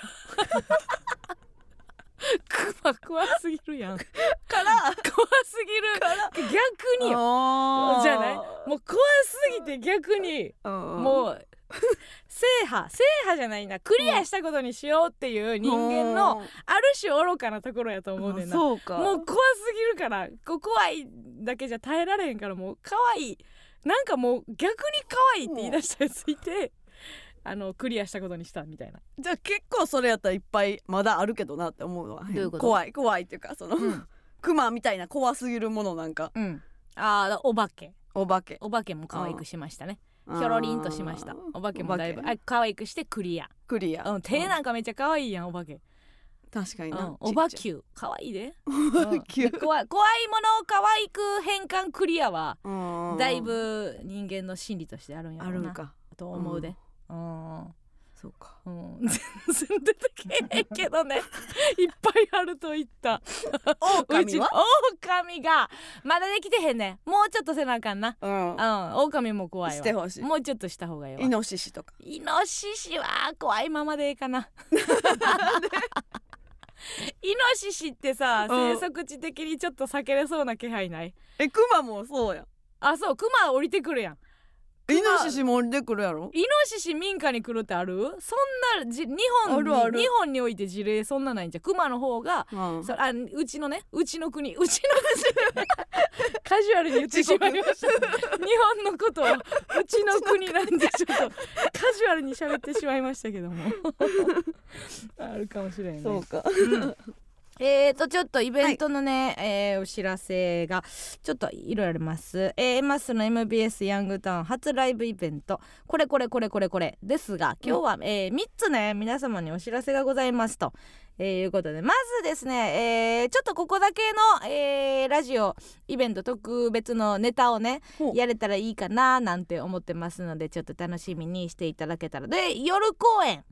クマ 怖すぎるやん
から
怖すぎる逆によ
あー
じゃないもう怖すぎて逆に
うんうん
もう制覇制覇じゃないなクリアしたことにしようっていう人間の
うん
ある種愚かなところやと思うねんな
そうか
もう怖すぎるからこう怖いだけじゃ耐えられへんからもう可愛いなんかもう逆に可愛いって言い出したやついてあのクリアしたことにしたみたいな
じゃあ結構それやったらいっぱいまだあるけどなって思うのは
どういうこと
怖い怖いっていうかその、
うん
クマみたいな怖すぎるものなんか
うんああお化け
お化け
お化けも可愛くしましたねひょろりんとしました
あー
お化けもだいぶ
お化
あ可愛くしてクリア、
クリア、
うん、手
う
なんかめっちゃ可愛いやんお化け、
確かに
う
な、
ん、お化
ちっ
け可愛い
ちゃ
で
いお化け、
怖い怖いものを可愛く変換クリアは
うん
だいぶ人間の心理としてあるんや
あ
ろ
る
うんな
か
と思うで、うん
そうか
うん、全然出てけへんけ どねいっぱいあると言った
オオカ
う
ミ
ちの
は
狼がまだできてへんねんもうちょっとせなあかんな
うん
うん狼も怖い
し
わ
てほしい
もうちょっとした方がいいわ
イノシシとか
イノシシは怖いままでいいかなイノシシってさ
うん
生息地的にちょっと避けれそうな気配ない
えクマもそうや
あそうクマ降りてくるやん
イノシシも降りてくるやろ
イノシシ民家に来るってあるそんなじ日本に
あるある
日本において事例そんなないんじゃうクマの方が
うん
そあうちのねうちの国うちの国カジュアルに言って しまいました日本のことをうちの国なんてちょっとカジュアルに喋ってしまいましたけ どもあるかもしれんね
そうか
えーとちょっとイベントのね、えーお知らせがちょっといろいろあります、えーエマスの MBS ヤングタウン初ライブイベントこれこれこれこれこれですが今日は、え3つね皆様にお知らせがございますと、えーいうことでまずですね、えーちょっとここだけの、えーラジオイベント特別のネタをね
ほう
やれたらいいかななんて思ってますのでちょっと楽しみにしていただけたらで夜公演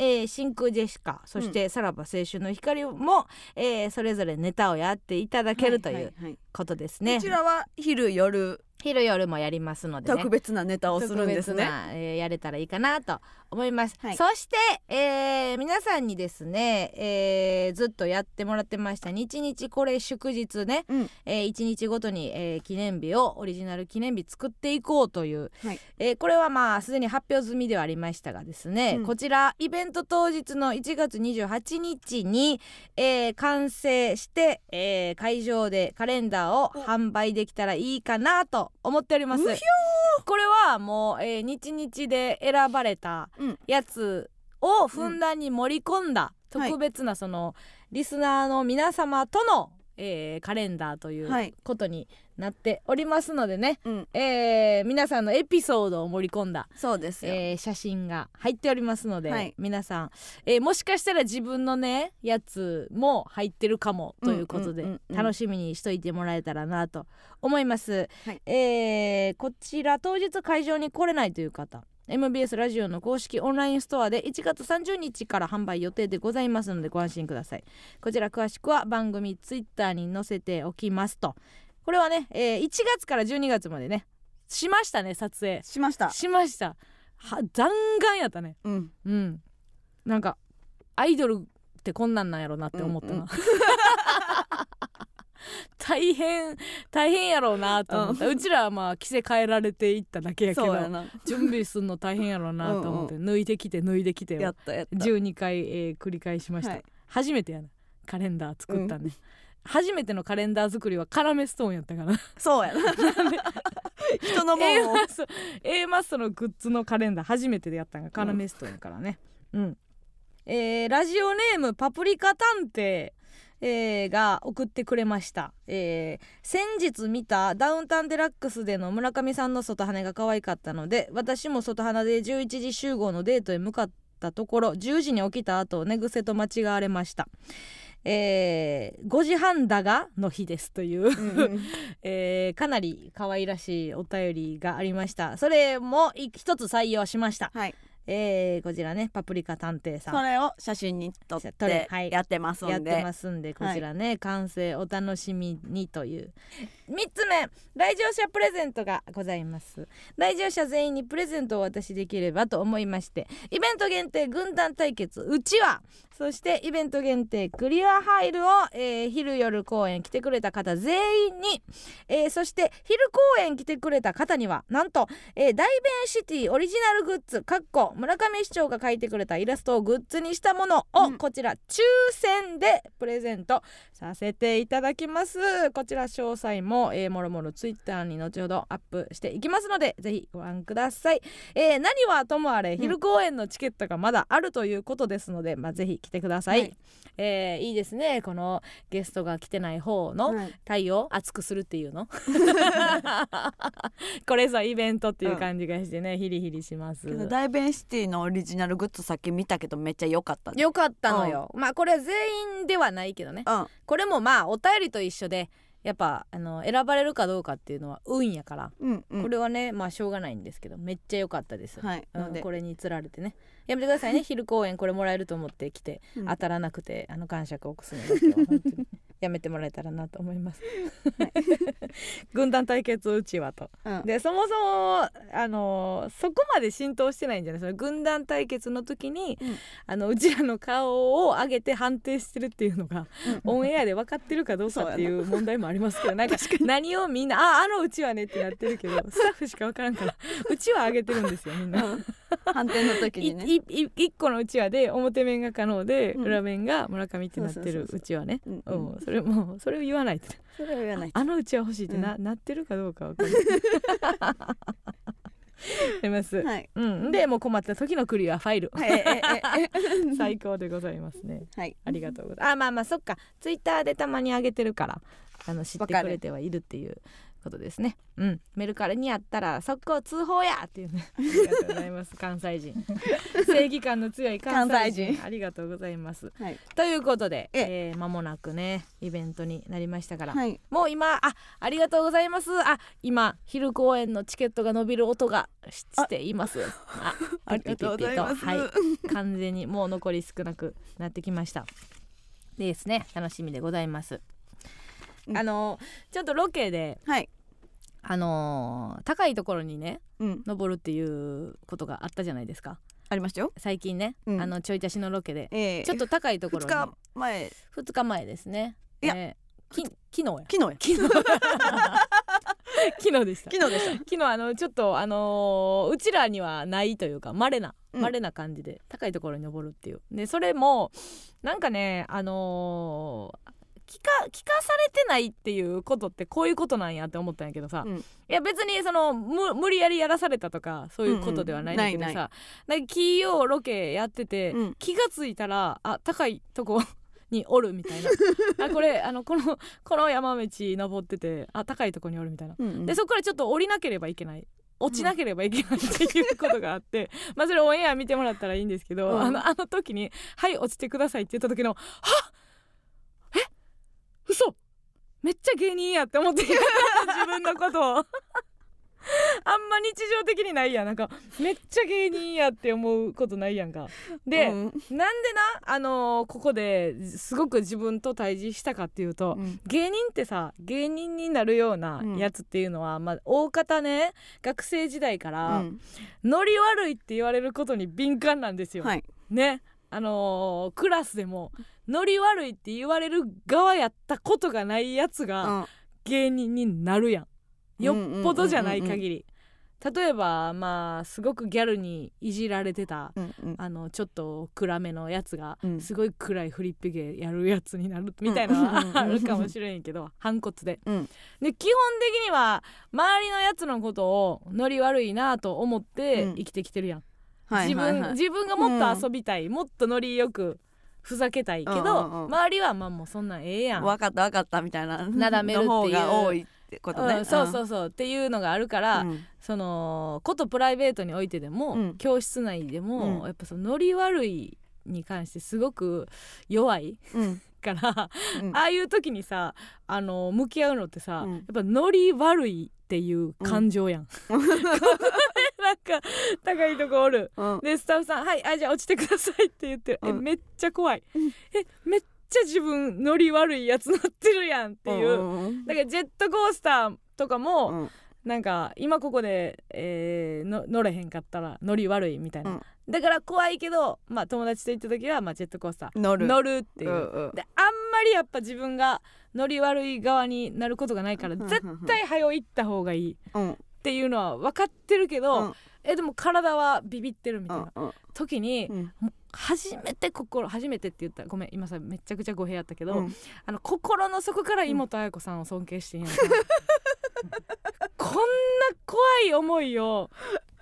えー真空ジェシカそしてさらば青春の光も、えーそれぞれネタをやっていただけるという
はい
ことですね、
こちらは昼夜
昼夜もやりますのでね
特別なネタをするんですね
特別な、えーやれたらいいかなと思います、
はい
そして、えー皆さんにですね、えーずっとやってもらってました日日これ祝日ね、
うん
え1日ごとに、えー記念日をオリジナル記念日作っていこうという、
はい
えーこれはまあすでに発表済みではありましたがですね、
うん
こちらイベント当日の1月28日に、えー完成して、えー会場でカレンダーを販売できたらいいかなと思っております
うひょ。
これはもう、えー、日々で選ばれた
うん
やつをふんだんに盛り込んだ、
うんはい
特別なその、リスナーの皆様との、えーカレンダーとい
はいう
ことになっておりますのでね、
うん
えー皆さんのエピソードを盛り込んだ、
そうですよ
えー写真が入っておりますので、
はい
皆さん、えーもしかしたら自分のねやつも入ってるかもということで、
うんうんうんうん
楽しみにしといてもらえたらなと思います、
はい
えーこちら当日会場に来れないという方 MBS ラジオの公式オンラインストアで1月30日から販売予定でございますのでご安心くださいこちら詳しくは番組ツイッターに載せておきますとこれはね、えー1月から12月までねしましたね撮影
しました
しましたは弾丸やったね
うん
うんなんかアイドルってこんなんなんやろなって思ったな、
うんうん
大変大変やろうなと思った、うちらはまあ着せ替えられていっただけやけ
そうや
ど
な
準備すんの大変やろうなと思って脱いできて脱いできて
や
を
ったやった
12回、えー繰り返しました、
はい
初めてやなカレンダー作ったんで、初めてのカレンダー作りはカラメストーンやったから
そうやな人の
A
もんを
マスト A マストのグッズのカレンダー初めてでやったんがカラメストやからねうん、えーラジオネームパプリカ探偵えーが送ってくれました、えー先日見たダウンタウンデラックスでの村上さんの外羽が可愛かったので私も外羽で11時集合のデートへ向かったところ10時に起きた後寝癖と間違われました、えー5時半だがの日ですという えーかなり可愛らしいお便りがありましたそれもい一つ採用しました、
はい
えーこちらねパプリカ探偵さ
そ
ん
れを写真に撮っ
撮れ
て
はい
やってます
やっ
んで、
てますんでこちらね、完成お楽しみにという3つ目来場者プレゼントがございます来場者全員にプレゼントをお渡しできればと思いましてイベント限定軍団対決うちわそしてイベント限定クリアファイルを、えー昼夜公演来てくれた方全員に、えーそして昼公演来てくれた方にはなんと、えー、ダイベンシティオリジナルグッズかっこ村上市長が描いてくれたイラストをグッズにしたものを、
うん
こちら抽選でプレゼントさせていただきますこちら詳細も、えー、もろもろツイッターに後ほどアップしていきますのでぜひご覧ください、えー何はともあれ昼公演のチケットがまだあるということですので、まあ、ぜひ来てください、
はい
えーいいですねこのゲストが来てない方の
はい
太陽を熱くするっていうの これぞイベントっていう感じがしてね、ヒリヒリします
けどダイベンシティのオリジナルグッズさっき見たけどめっちゃ良かったね
よかったのよ、まあこれは全員ではないけどね
うん
これもまあお便りと一緒でやっぱあの選ばれるかどうかっていうのは運やから、
うんうん
これはねまあしょうがないんですけどめっちゃ良かったです、
はい
うん
ので
これにつられてねやめてくださ いね昼公演これもらえると思って来て、
うん
当たらなくてあの感触をくすの だけは本当にやめてもらえたらなと思います、 軍団対決うちはと
うん
でそもそもあのーそこまで浸透してないんじゃないその軍団対決の時に、
うん
あのうちらの顔を上げて判定してるっていうのが、オンエアで分かってるかどうかっていう問題もありますけどなんか何をみんな「ああのうちはね」ってなって るけどスタッフしか分からんからうちは上げてるんですよみんな。
反転の時に
い
ね
いい一個のうちわで表面が可能で、
うん
裏面が村上ってなって
そうそう
る
そうそう
うちわね
うん
うんそれもうそれを言わないと
それを言わない
あのうちは欲しいってな,、なってるかどうかわ かんない。あります。
はい
うん、でもう困った時のクリアファイル、
はいえええええ
最高でございますね。
はい
ありがとうございます。あまあまあそっかツイッターでたまに上げてるからあの知ってくれてはいるっていうことですね。うんメルカリにあったら速攻通報やって いうね。ありがとうございます関西人正義感の強い関西人
関西人
ありがとうございます。
はい
ということで
ええ
えー間もなくねイベントになりましたから、
はい
もう今あありがとうございますあ今昼公演のチケットが伸びる音がししていますあ
ありがとうございます
ピピピピとはい、完全にもう残り少なくなってきましたでですね楽しみでございます、
うん
あのちょっとロケで
はい
あのー高いところにね
うん
登るっていうことがあったじゃないですか
ありましたよ
最近ね、
うん
あのちょい足しのロケで
ええ
ちょっと高いところ
2
に
日前
2日前ですね
いや
えーき昨日や
昨日や
昨日でした
昨日でし
昨日あのちょっとあのーうちらにはないというか稀な
うん
稀な感じで高いところに登るっていう、でそれもなんかねあのー聞か聞かされてないっていうことってこういうことなんやって思ったんやけどさ、
うん
いや別にその無無理やりやらされたとかそういうことではないんだけど
うんうんな
さ、なんか金曜ロケやってて、
うん
気がついたらあ高いとこにおるみたい なあこれあのこの この山道登っててあ高いとこにおるみたいな
たうんうん
でそこからちょっと降りなければいけない落ちなければいけないっていうことがあって、 まあそれオンエア見てもらったらいいんですけど、
うん
あの あの時に「はい落ちてください」って言った時の「はっえ嘘めっちゃ芸人や」って思って自分のことを。 あんま日常的にないやんなんかめっちゃ芸人やって思うことないやんかで、
うん
なんでなあのーここですごく自分と対峙したかっていうと、
うん
芸人ってさ芸人になるようなやつっていうのは、まあ、大方ね学生時代から、
うん
ノリ悪いって言われることに敏感なんですよ。
はい
ねあのークラスでもノリ悪いって言われる側やったことがないやつが、
うん
芸人になるやんよっぽどじゃない限り。例えばまあすごくギャルにいじられてた
うんうん
あのちょっと暗めのやつが、
うん
すごい暗いフリップ芸やるやつになるみたいなの
うんうんうんうん
はあるかもしれんけど反骨で。
うん
で基本的には周りのやつのことをノリ悪いなと思って
うん
生きてきてるやん。
はい
自
はい
分
はい
自分がもっと遊びたい、もっとノリよくふざけたいけ
う
ど、
んうんうん
周りはまあもうそんなんええやん、
分かった分かったみたいな
なだめるっていう
の方が多いってことね、
うんそうそうそうっていうのがあるから、
うん
そのことプライベートにおいてでも、
うん
教室内でも、
うん
やっぱそのノリ悪いに関してすごく弱い
うん
から、
うん
ああいう時にさあの向き合うのってさ、
うん
やっぱノリ悪いっていう感情やん。 なんか高いとこおる。
うん
でスタッフさん「はいあじゃあ落ちてください」って言ってる、え
うん
めっちゃ怖い、
うん
えめっちゃ自分ノリ悪いやつ乗ってるやんっていう、
うん
だからジェットコースターとかも、
うん
なんか今ここで、えーの乗れへんかったらノリ悪いみたいな、
うん
だから怖いけど、まあ、友達と行った時は、まあ、ジェットコースター
乗る
乗るっていう、
うんうん
であんまりやっぱ自分がノリ悪い側になることがないから
うんうんうん
絶対早い行った方がいいっ
うん
ていうのは分かってるけど、
うん
えでも体はビビってるみ
う
たい
ん
な時に
うん
初めて心初めてって言ったらごめん今さめちゃくちゃ語弊やったけど、
うん
あの心の底から妹綾子さんを尊敬してんや んかこんな怖い思いを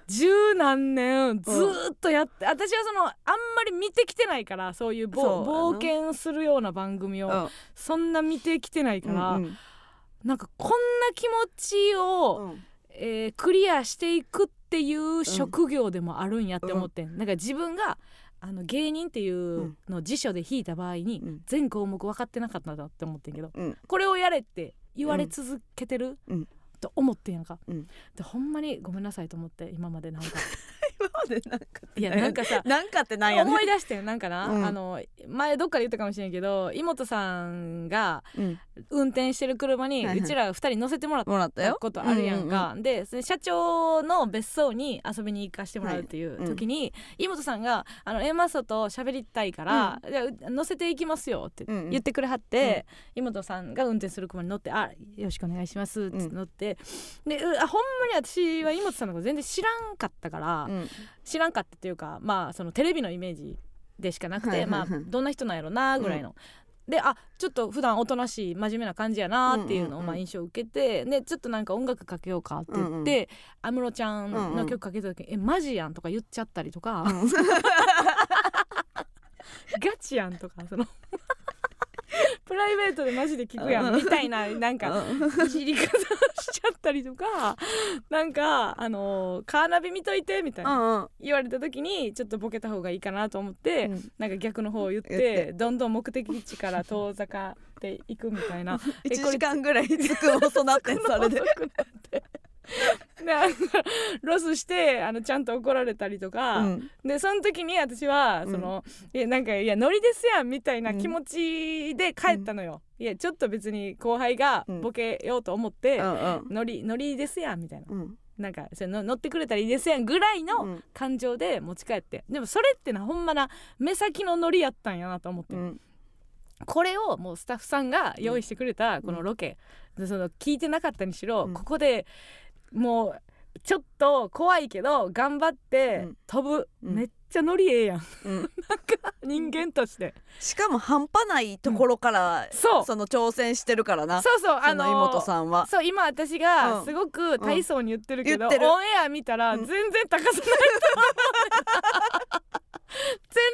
十何年ずーっとやって、私はそのあんまり見てきてないからそういうぼ
そうやな
冒険するような番組を、
うん
そんな見てきてないから、
うんうん
なんかこんな気持ち
う
を、
ん
えークリアしていくっていう職業でもあるんやって思ってん、なんか自分があの芸人っていうのを辞書で引いた場合に、
うん
全項目分かってなかったなって思ってんけど、
うん
これをやれって言われ続けてる、
うん
と思ってんやんか、
うん
でほんまにごめんなさいと思って今までなん か
今までなんか
いやなんかさ
なんかってなんやね
思い出してんなんかな、
うん
あの前どっかで言ったかもしれんけど妹さんが
うん
運転してる車に
はいはいう
ちら2人乗せてもらっ
もらった
た
よ
ことあるやんか、でそれ社長の別荘に遊びに行かしてもらうっていう時に、妹さんが「あの A マッソと喋りたいから、じゃあう乗せていきますよ」って
うんうん
言ってくれはって、妹さんが運転する車に乗って「あよろしくお願いします」って乗って、でうあほんまに私は妹さんのこと全然知らんかったから、
うんうん
知らんかったっていうかまあそのテレビのイメージでしかなくて、
はいはいはい
まあどんな人なんやろなぐらいの。であちょっと普段おとなしい真面目な感じやなっていうの
うんうんう
を
ん
まあ印象を受けて、でちょっとなんか音楽かけようかって言って安室、ちゃんの曲かけた時に「えマジやん」とか言っちゃったりとか「 ガチやん」とかその プライベートでマジで聞くやんみたいななんかいじり方をしちゃったりとかなんかあのカーナビ見といてみたいな
うんうん
言われた時にちょっとボケた方がいいかなと思って、
うん
なんか逆の方を言って
言って
どんどん目的地から遠ざかっていくみた いなえ
一
これ
時間ぐらいつく遅なってんそれで
遅くなってなんかロスしてあのちゃんと怒られたりとか、
うん
でその時に私はその、いやなんかいやノリですやんみたいな気持ちで帰ったのよ、いやちょっと別に後輩がボケようと思って、
うんうん
ノリノリですやんみたいな
うん
なんかそれの乗ってくれたらいいですやんぐらいの、
うん
感情で持ち帰ってでもそれってなほんまな目先のノリやったんやなと思って、
うん
これをもうスタッフさんが用意してくれたこのロケ、でその聞いてなかったにしろ、
うん
ここでもうちょっと怖いけど頑張って
うん
飛ぶ、
うん
めっちゃノリええ やん
うん
人間として、
しかも半端ないところから
そう
その挑戦してるからな
そうそう
そ
あの
の妹さんは
そう今私
う
が
ん
すごく大層に言ってるけど、
うん言ってる
オンエア見たら
うん
全然高さないと思うねんな全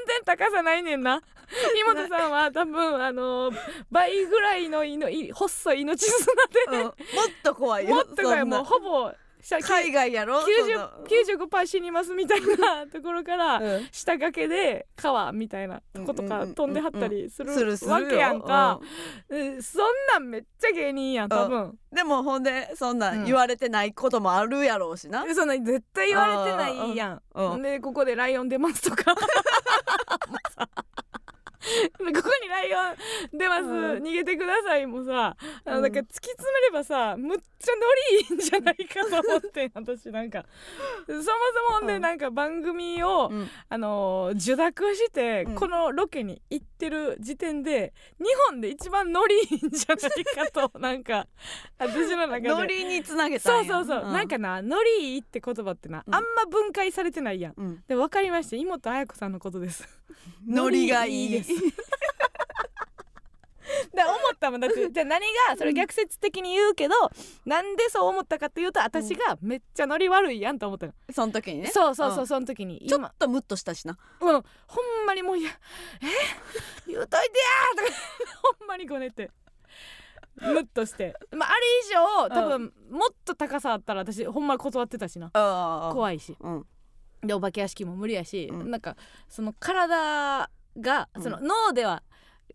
然高さない ねんな妹さんは多分あの倍ぐらいのいのい細い命綱
うんもっと怖い
で
よ
持ってこい
そんな
もうほぼしゃ
海外やろ
90 95%死にますみたいなところから、
そのうん
下掛けで川みたいなとことか飛んではったりする
するするよ
わけやんか、
う
うんそんなんめっちゃ芸人やん多分。
んでもほんでそんな
うん
ん言われてないこともあるやろうしな
でそんな絶対言われてないやん。
うん
でここでライオン出ますとか。もうさここにライオン出ます、
うん
逃げてくださいもさあの
うん
なんか突き詰めればさむっちゃノリいいんじゃないかと思って ん私なんかそもそもほん
う
で
ん
なんか番組を、
うん
あのー受諾して、
うん
このロケに行ってる時点で日本で一番ノリいいんじゃないかとなんか私の中で
ノリにつなげた
そ
ん
う
や
そうそう、なんかな「ノリいい」って言葉ってな、
うん
あんま分解されてないやん
うん
で分かりま した妹綾子さんのことです
ノリがいい
ノリいいですだ思ったもんだ ってじゃあ何がそれ逆説的に言うけど、なんでそう思ったかっていうと私がめっちゃノリ悪いやんと思ったの、
その時にね
そうそうそう、
ん
その時に
ちょ
今
っとムッとしたしな
うん、ほんまにもういやえ言うといてやーとか ほんまにごねてムッとして、まあ、あれ以上多分もっと高さあったら私ほんまに断ってたしな
あ
怖いし
い、うん、
でお化け屋敷も無理やし、
うん
なんかその体が
うん
その脳では、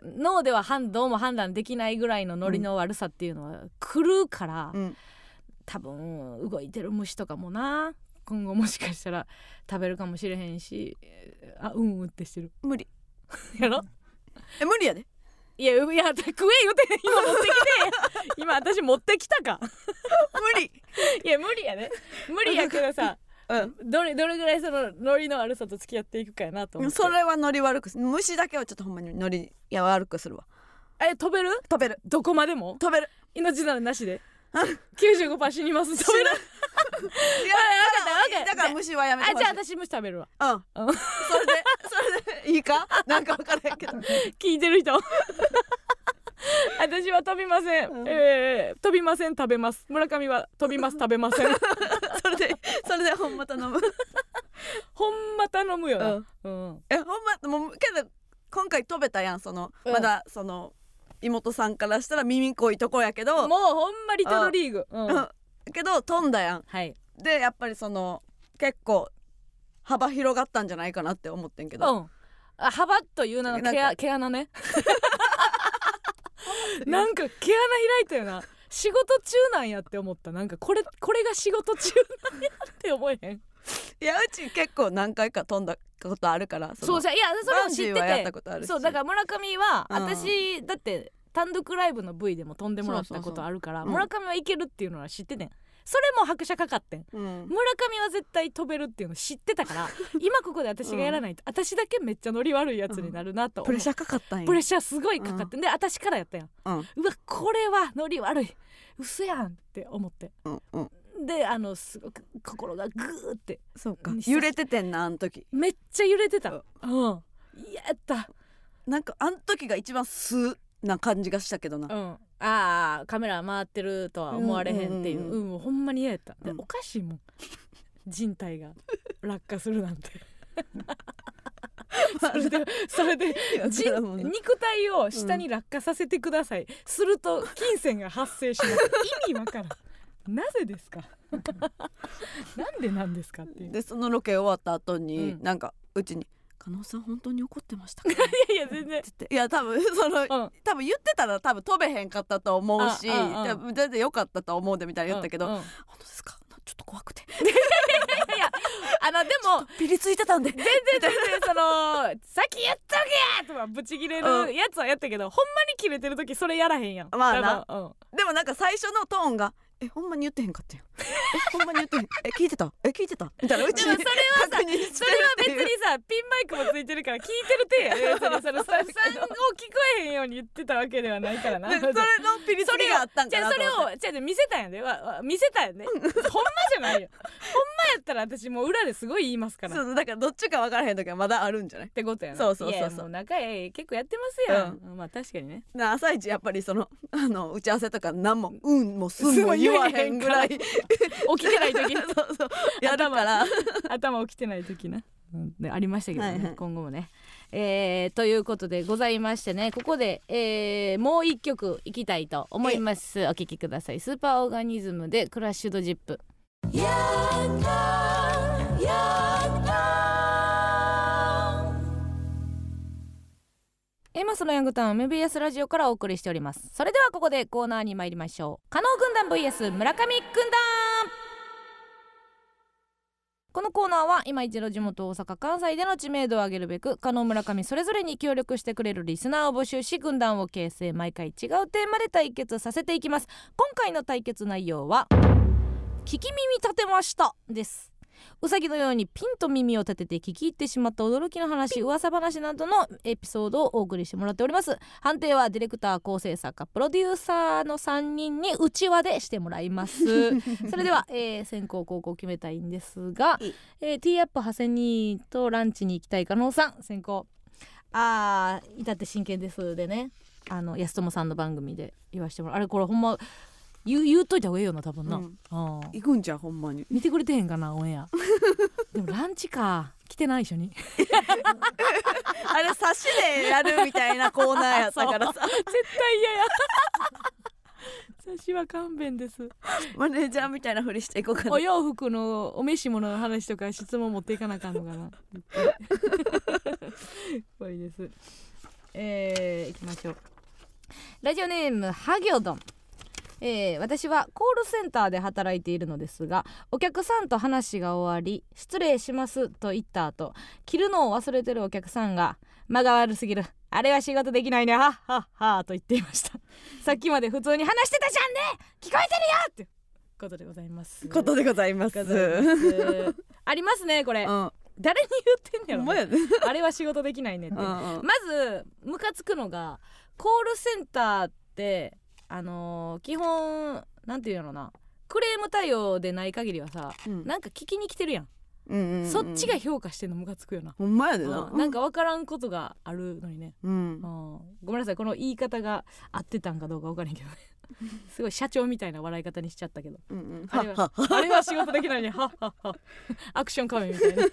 脳では判どうも判断できないぐらいのノリの悪さっていうのは来るから、
うん
多分動いてる虫とかもな今後もしかしたら食べるかもしれへんしあうんうんってしてる
無理
やろ
え無理やで
いやういや食え言 うてん今持ってきて今私持ってきたか
無理
いや無理やね無理やけどさどれどれぐらいそのノリの悪さと付き合っていくかやな と
う
思
ん
って
それはノリ悪くす虫だけはちょっとほんまにノリいや悪くするわ
え飛べる
飛べる
どこまでも
飛べる
命ならなしで
あ
95%死にます食べる
いや
分かった分かった
だから虫はやめて
あ
ほ
じ
しい
ゃあ私虫食べるわ
うん
うん
それで それでいいかなんか分からへんけど
聞いてる人 私は飛びません、
うん
えー飛びません食べます村上は飛びます食べま せん
それでそれでほんま頼む
ほんま頼むよな、うん
えほんまもうけど今回飛べたやんその、
うん
まだその妹さんからしたら耳こいとこやけど、
もうほんまリトルリーグ、うん
うんけど飛んだやん
はい
でやっぱりその結構幅広がったんじゃないかなって思ってんけ
う
ど、
んあ幅という名の毛
なん
穴
か
毛 穴ねなんか毛穴開いたよな仕事中なんやって思ったなんかこれこれが仕事中なんやって思えへん
いやうち結構何回か飛んだことあるからの
そうじゃいやそれ
バ
も
ン
知
ジ
っ
ーはやってたことある
て
し
そうだから村上は、
うん
私だって単独ライブの V でも飛んでもらっ
そうそ
た
うそう
ことあるから
うん
村上はいけるっていうのは知っててんそれも拍車かかってん
うん、
村上は絶対飛べるっていうの知ってたから 今ここで私がやらないと、私だけめっちゃノリ悪いやつになるなと思
プ
う、
レッシャーかかったんや
プレッシャーすごいかかって、で私からやったやん
うん
うわこれはノリ悪い嘘やんって思って
うんうん
であのすごく心がグーって
そうか
うん
揺れててんなあの時
めっちゃ揺れてた
う
うんやった
なんかあの時が一番素な感じがしたけど な、
うんああカメラ回ってるとは思われへんっていう
うんうん
うんほんまに嫌やったで
うん
おかしいもん人体が落下するなんてそれで それでじ
だから もうな
肉体を下に落下させてください、すると金銭が発生します意味わからんなぜです かなんでなんですかっていう
でそのロケ終わった後に、
うん
なんかうちに「加納さん本当に怒ってました か?」って
いやいや全
言
然
っていや多分その、
うん
多分言ってたら多分飛べへんかったと思うし、
あうんうん
多分全然良かったと思うでみたいな言ったけど「
うんうんい
本当ですかなちょっと怖くて
やいやあのでも
ピリついてたんで」
全然全然その「先言っとけ!」とかブチ切れ
う
るやつはやったけど、ほんまに切れてる時それやらへんやん
まあな
多分うん
でもなんか最初のトーンが「えほんまに言ってへんかったよ」え「ほんまに言ってへん」「え聞いてたえ聞いてた」みたいなうち
でも
に
それ
確認し
そ
て
れ
る
は
って
別
いう
にさピンマイクもついてるから聞いてる手やで別 にそのささんを聞こえへんように言ってたわけではないからな
でそれのピリつ
それ
きがあったん
じ
かな
ゃあ
と
それ
思って
をじゃあ見せたんやでわわ見せたんやでほんまじゃないよほんまやったら私もう裏ですごい言いますから
そ
っ
うそうだからどっちか分からへん時はまだあるんじゃない
てことやな
そうそうそうそう
いやも仲ええ結構やってますやん、まあ確かにね
な朝一やっぱりそのあの打ち合わせとか何も「うん」も「すん」も言わへんぐらい
すんも起きてない時
そうそう やるから
頭起きてない時な、うんね、ありましたけどね、
はいはい
今後もね、えーということでございましてねここで、えーもう一曲いきたいと思いますお聴きくださいスーパーオーガニズムでクラッシュドジップエマスのヤングタウン MBS ラジオからお送りしておりますそれではここでコーナーに参りましょう加納軍団 VS 村上軍団このコーナーは今一度地元大阪関西での知名度を上げるべく加納村上それぞれに協力してくれるリスナーを募集し軍団を形成毎回違うテーマで対決させていきます今回の対決内容は聞き耳立てましたですうさぎのようにピンと耳を立てて聞き入ってしまった驚きの話噂話などのエピソードをお送りしてもらっております判定はディレクター構成作家プロデューサーの3人に内輪でしてもらいます それでは、えー先行後攻決めたいんですが
いい、
えー、ティーアップ長谷にとランチに行きたい加納さん先行あー至って真剣ですでねあの安友さんの番組で言わしてもらうあれこれほんま言う言うといた方がいいよな多分な、
うん
ああ
行くんじゃんほんまに
見てくれてへんかなオンエア でもランチか来てない一緒に
あれ差しでやるみたいなコーナーやったから さ
絶対嫌や 私は勘弁です
マネージャーみたいなふりしていこうかな
お洋服のお召し物の話とか質問持っていかなあかんのかな 怖いですえー、いきましょうラジオネームハギョドンえー私はコールセンターで働いているのですがお客さんと話が終わり「失礼します」と言った後着るのを忘れてるお客さんが「間が悪すぎるあれは仕事できないねはっはっは」と言っていましたさっきまで普通に話してたじゃんね聞こえてるよってことでございます
ことでございます
ありますねこれ、
うん
誰に言ってん
ほ
ね
んま
やろ
やね
あれは仕事できないねって、
うんうん
まずムカつくのがコールセンターってあのー基本なんていうのなクレーム対応でない限りはさ
うん
なんか聞きに来てるやん、
うんうんうん
そっちが評価してんのムカつくよな、
ほんまやでな
うんなんか分からんことがあるのにね、
うん
うんごめんなさいこの言い方が合ってたんかどうか分からへんけ どねすごい社長みたいな笑い方にしちゃったけど
うんうん
あれはあれは仕事できないねはっはっはアクション仮面みたいな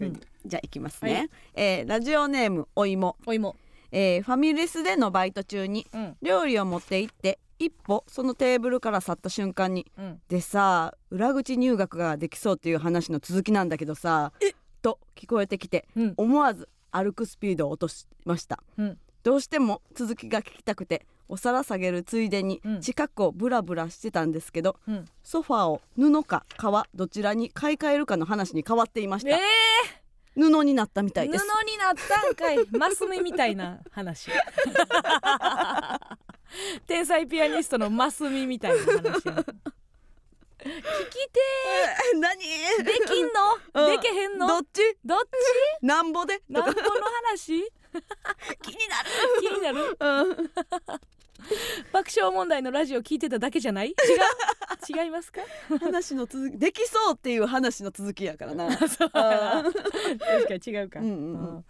うんじゃあ行きます
は
ねえーラジオネームお芋
お芋
えーファミレスでのバイト中に
うん
料理を持って行って一歩そのテーブルから去った瞬間に
うん
でさ裏口入学ができそうっていう話の続きなんだけどさと聞こえてきて
うん
思わず歩くスピードを落としました、
うん
どうしても続きが聞きたくてお皿下げるついでに
うん
近くをブラブラしてたんですけど、
うん
ソファーを布か革どちらに買い替えるかの話に変わっていまし
え
た、布になったみた
ー、
い
布
で
に
す
なったんかい マス目みたいな 話天才ピアニストのマス目みたいな話や聞きて
何
ーできんの、
うん
でけへんの
どっち
どっ
なんぼで
ち
と
なんぼ
か
の話
気になる
気になる
うん
爆笑問題のラジオ聞いてただけじゃない違 う違いますか
話の続きできそうっていう話の続きやからな
そうやな確かに違うか、
うんうんうん
うん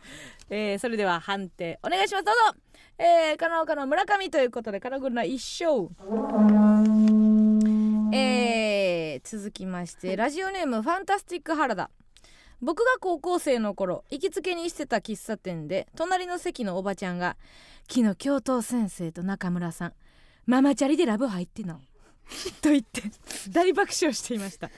えーそれでは判定お願いしますどうぞえー、カナオカの村上ということでカナゴルナ一勝えー、続きましてラジオネームファンタスティック原田僕が高校生の頃行きつけにしてた喫茶店で隣の席のおばちゃんが「昨日教頭先生と中村さんママチャリでラブ入ってな」と言って大爆笑していました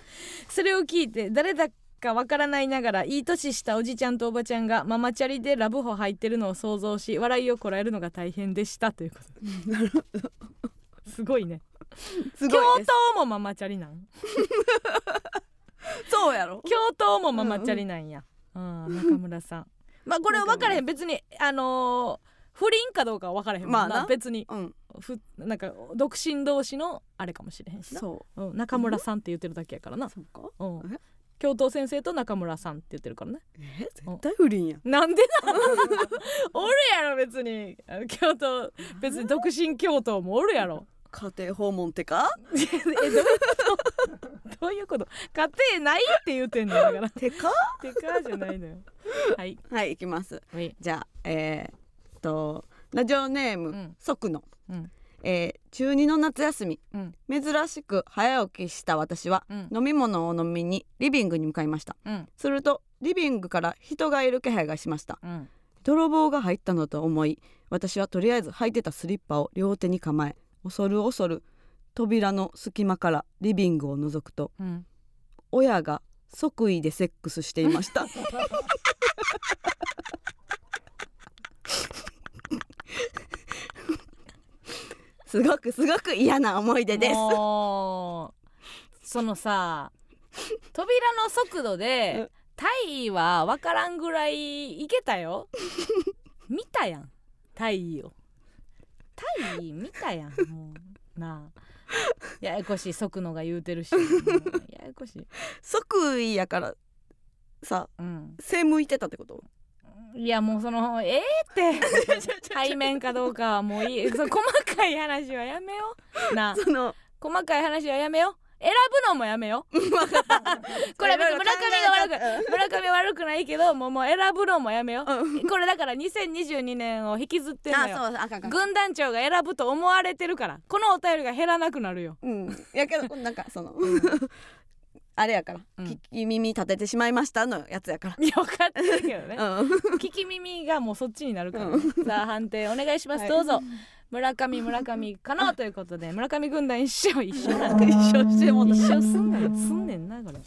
それを聞いて誰だかわからないながらいい年したおじちゃんとおばちゃんがママチャリでラブホ入ってるのを想像し笑いをこらえるのが大変でしたということ すごいね
す
教
ごいです
頭もママチャリなん
そうやろ
教頭もママチャリなんや、あー中村さ んまあこれ分からへん別にあのー不倫かどうかは分からへんもんな,、
まあな
別に
うん
ふなんか独身同士のあれかもしれへんしな、
そう
ん、中村さんって言ってるだけやからな
う、そうか
うん
え、
教頭先生と中村さんって言ってるからね
え絶対不倫やん
なんでなおるやろ別にあの教頭別に独身教頭もおるやろ
家庭訪問ってか
えどういうこと どういうこと家庭ないって言ってんのだから
てか
てかじゃないのよはい
はい行きます
はい
じゃあえーっとラジオネーム、
うん
即の、
うん
えー中2の夏休み
うん
珍しく早起きした私は、
うん
飲み物を飲みにリビングに向かいました
うん
するとリビングから人がいる気配がしました
うん
泥棒が入ったのと思い私はとりあえず履いてたスリッパを両手に構え恐る恐る扉の隙間からリビングを覗くと
うん
親が即位でセックスしていましたすごくすごく嫌な思い出です
もうそ のさ扉の速度
う
で
ん
大意は分からんぐらいいけたよ見たやん大意を大意見たやんもうなあややこしい速のが言うて るしもうややこしい、
即位やからさ
うん、
背向いてたってこと
いやもうそのええって背面かどうかはもういいそう細かい話はやめようなあ
その
細かい話はやめよう選ぶのもやめようこれ別に村上が悪く村上悪くないけどもうもう選ぶのもやめよう
うん
これだから2022年を引きずってん
あ
のよ
そうあかんかん
軍団長が選ぶと思われてるからこのお便りが減らなくなるよ
うん、やけどなんかその あれやから、
うん
聞き耳立ててしまいましたのやつやか
いや分かってるけどね
ら、うん、
聞き耳がもうそっちになるから、
う
さあ判定お願いします、
はい
どうぞ村上村上 かなということで村上軍団一緒一緒なの
一緒してもうた
一緒すんねんすんねんなこれ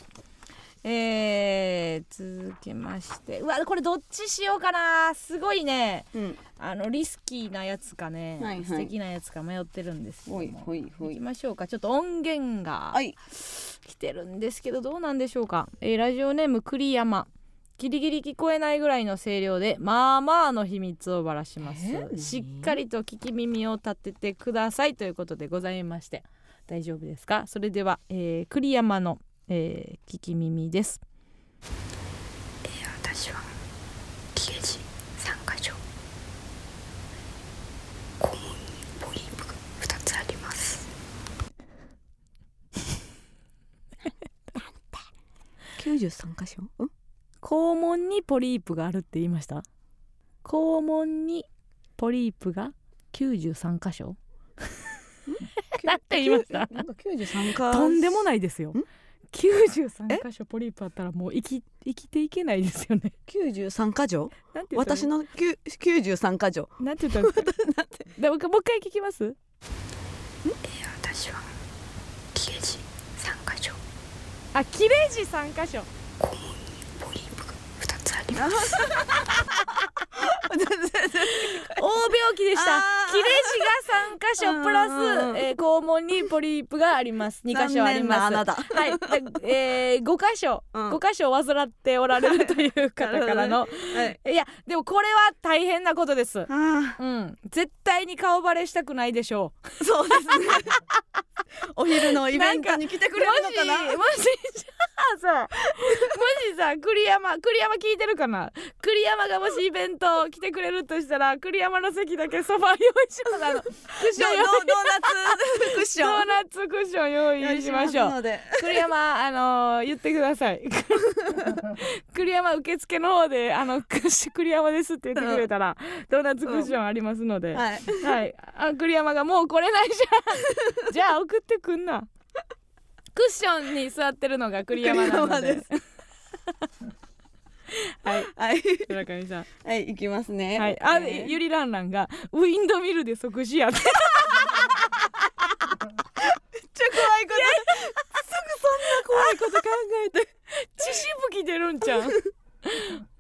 えー、続きましてうわこれどっちしようかなすごいね
うん、
あのリスキーなやつかね、
はいはい
素敵なやつか迷ってるんですけども
ほいほいほ
行き
い
ましょうかちょっと音源が
はい
来てるんですけどどうなんでしょうか、えーラジオネーム栗山ギリギリ聞こえないぐらいの声量でまあまあの秘密をばらします、
えー
しっかりと聞き耳を立ててくださいということでございまして大丈夫ですかそれでは、えー栗山の、えー聞き耳です
私は刑事三箇所肛門にポリープが2つあります
93箇所うん
肛門にポリープがあるって言いました肛門にポリープが93箇所 だって言いました
なんか93か
とんでもないですよ
ん。
九十三箇所ポリープあったらもう生き生きていけないですよね。
93か条
なんて言ったら
私の9 93か条
なんて 言ったんですか。でもう一回もう一回聞きます。
私は刑事三箇所
あ、切れ字三箇所。
肛門にポリープが2つあります
大病気でした
あ。ー
切れ字が三箇所プ
うんうん
ラ
うん
ス、えー肛門にポリープがあります。 二箇所あ
残
ります。
念なあなた
はい、だえー、五箇所、
うん
五箇所を患っておられるという方からの。
はい
いや、でもこれは大変なことです。
あ
うん、絶対に顔バレしたくないでしょう。
ーそうですねお昼のイベントに来てくれるのか な
もしもしじゃ あさもしさ栗山栗山聞いてるかな栗山がもしイベント来てくれるとしたら栗山の席だけソファ用意しますあのクッシ
ド
ョン
ドドー
用
ナツ クッシ
ド
ョ
ー
ン
ナツクッション用意しましょ
用意ます
う
ので
栗山あのー言ってくだ さい栗山受付の方であのクッシュ栗山ですって言ってくれたらドーナツクッションありますので、
はい
はい、あ栗山がもう来れないじ ゃんじゃあ送ってくんなクッションに座ってるのが栗山なので
栗山
はい
はい
村上さん
はい行きますね
はいあ、
えー
ゆりらんらんがウィンドミルで即死やって
めっちゃ怖いこと
怖いこと考えて血しぶき出るんち ゃう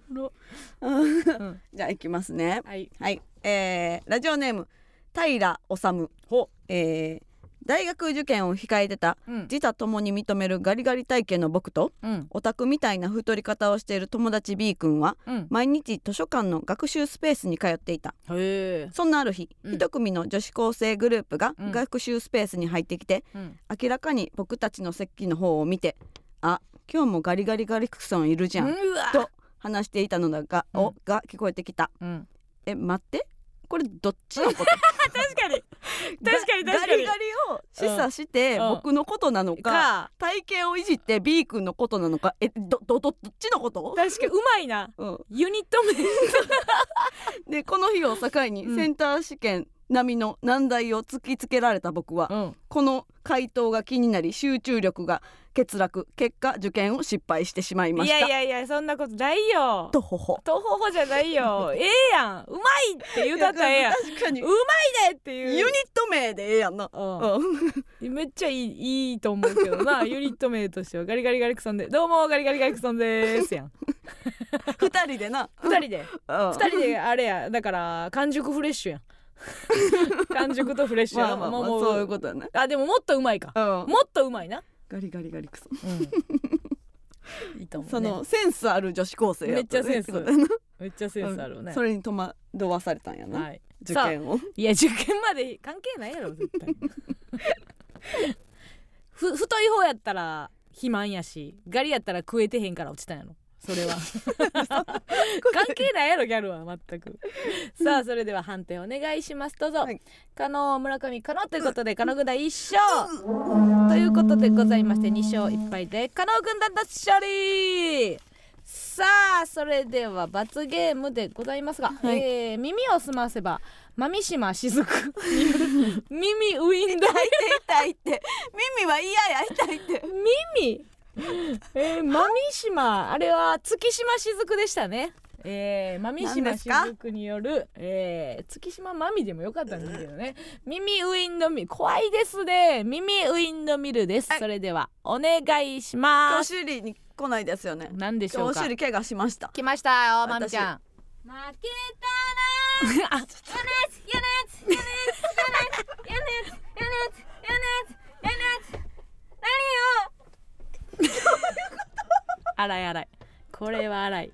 ろん
じゃあ行きますね。
はい
はい、えー、ラジオネーム平治、
ほ
えー、大学受験を控えてた
うん
自他ともに認めるガリガリ体型の僕と
うん
オタクみたいな太り方をしている友達 B 君は
うん
毎日図書館の学習スペースに通っていた
へえ
そんなある日、
うん
一組の女子高生グループが
うん
学習スペースに入ってきて、
うん
明らかに僕たちの席の方を見て「あ今日もガリガリガリクソンいるじゃん」
うわ
と話していたのだが「
う
お
ん」
が聞こえてきた。
うん
え待ってこれどっちのこと
確かに確かに確かに
ガリガリを示唆して
うんうん
僕のことなのか、
か
体型をいじって B 君のことなのかえどどどどっちのこと、
確かうまいな
う
ユニット名
ん、でこの日を境に
うん
センター試験並みの難題を突きつけられた僕は、
うん
この回答が気になり集中力が欠落結果受験を失敗してしまいま
い
した
やいやいやそんなことないよ
とほほ
とほほじゃないよええやんうまいって歌ったらええやんう
確かにユニッ
まいでっていう
ト名でええやんな、
う
うん、
ん、めっちゃいいいいと思うけど なユニット名としてはガリガリガリクソンでどうもガリガリガリクソンでーすやん
二人でな
二人で
うん
二人であれやだから完熟フレッシュや ん完熟とフレッシュや
ま
ろ
あまあ、まあ、
もも
そういうことだね
あでももっとうまいか
うん
もっとうまいな、
ガリガリガリクソン、
いいと思う、ね、
そのセンスある女子高生やた
めっちゃセンス
ってことやな
めっちゃセンスあるわね、
それに戸惑わされたんやな、
はい
受験を
いや受験まで関係ないやろ絶対 ふ太い方やったら肥満やしガリやったら食えてへんから落ちたんやろそれは関係ないやろギャルは全くさあそれでは判定お願いしますどうぞ、
はい
加納村上加納ということで加納軍団1勝ということでございまして2勝1敗で加納軍団の勝利さあそれでは罰ゲームでございますが、
はい
えー耳を澄ませば豆島しずく 耳ウィンダー
痛いって耳は嫌や痛い って
耳えー、マミシマあれは月島しずくでしたねえー、マミ
何
シマ
で
し
すか
ずくによる、えー、月島マミでもよかったんですけどね耳ウィンドミル怖いですね耳ウィンドミルです、
はい
それではお願いし
今
ま
日
す
修理に来ないですよね
何でし
今
ょう
日
か
修理怪我しました
来ましたよ
私
マミちゃん
負け
あ
たやねやねやねやね
荒い荒いこれは荒い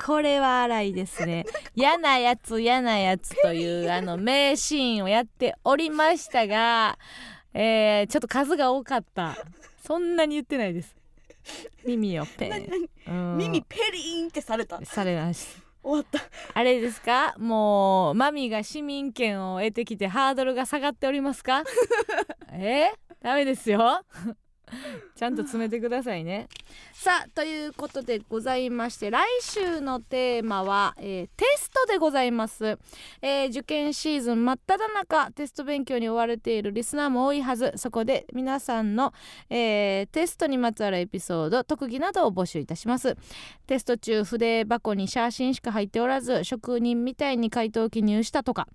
これは荒いですね嫌なやつ嫌なやつというあの名シーンをやっておりましたが、えー、ちょっと数が多かったそんなに言ってないです耳をペンうん
耳ペリーンってされた
されます
終わった
あれですかもうマミが市民権を得てきてハードルが下がっておりますか えー、ダメですよ ちゃんと詰めてくださいねさあということでございまして来週のテーマは、えーテストでございます、えー受験シーズン真っ只中テスト勉強に追われているリスナーも多いはずそこで皆さんの、えーテストにまつわるエピソード特技などを募集いたしますテスト中筆箱に写真しか入っておらず職人みたいに回答を記入したとか、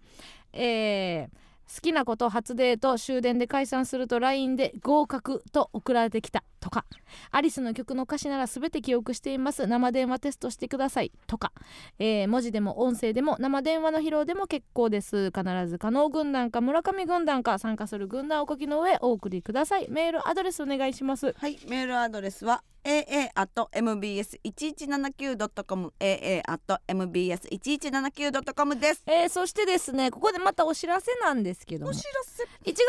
えー好きなこと初デート終電で解散すると LINE で合格と送られてきたとかアリスの曲の歌詞なら全て記憶しています生電話テストしてくださいとか、えー文字でも音声でも生電話の披露でも結構です必ず加納軍団か村上軍団か参加する軍団をお書きの上お送りくださいメールアドレスお願いします
はい、メールアドレスは aa mbs 一一七九ドットコム aa mbs 一一七九ドットコムです。
えーそしてですねここでまたお知らせなんですけども1
せ。
月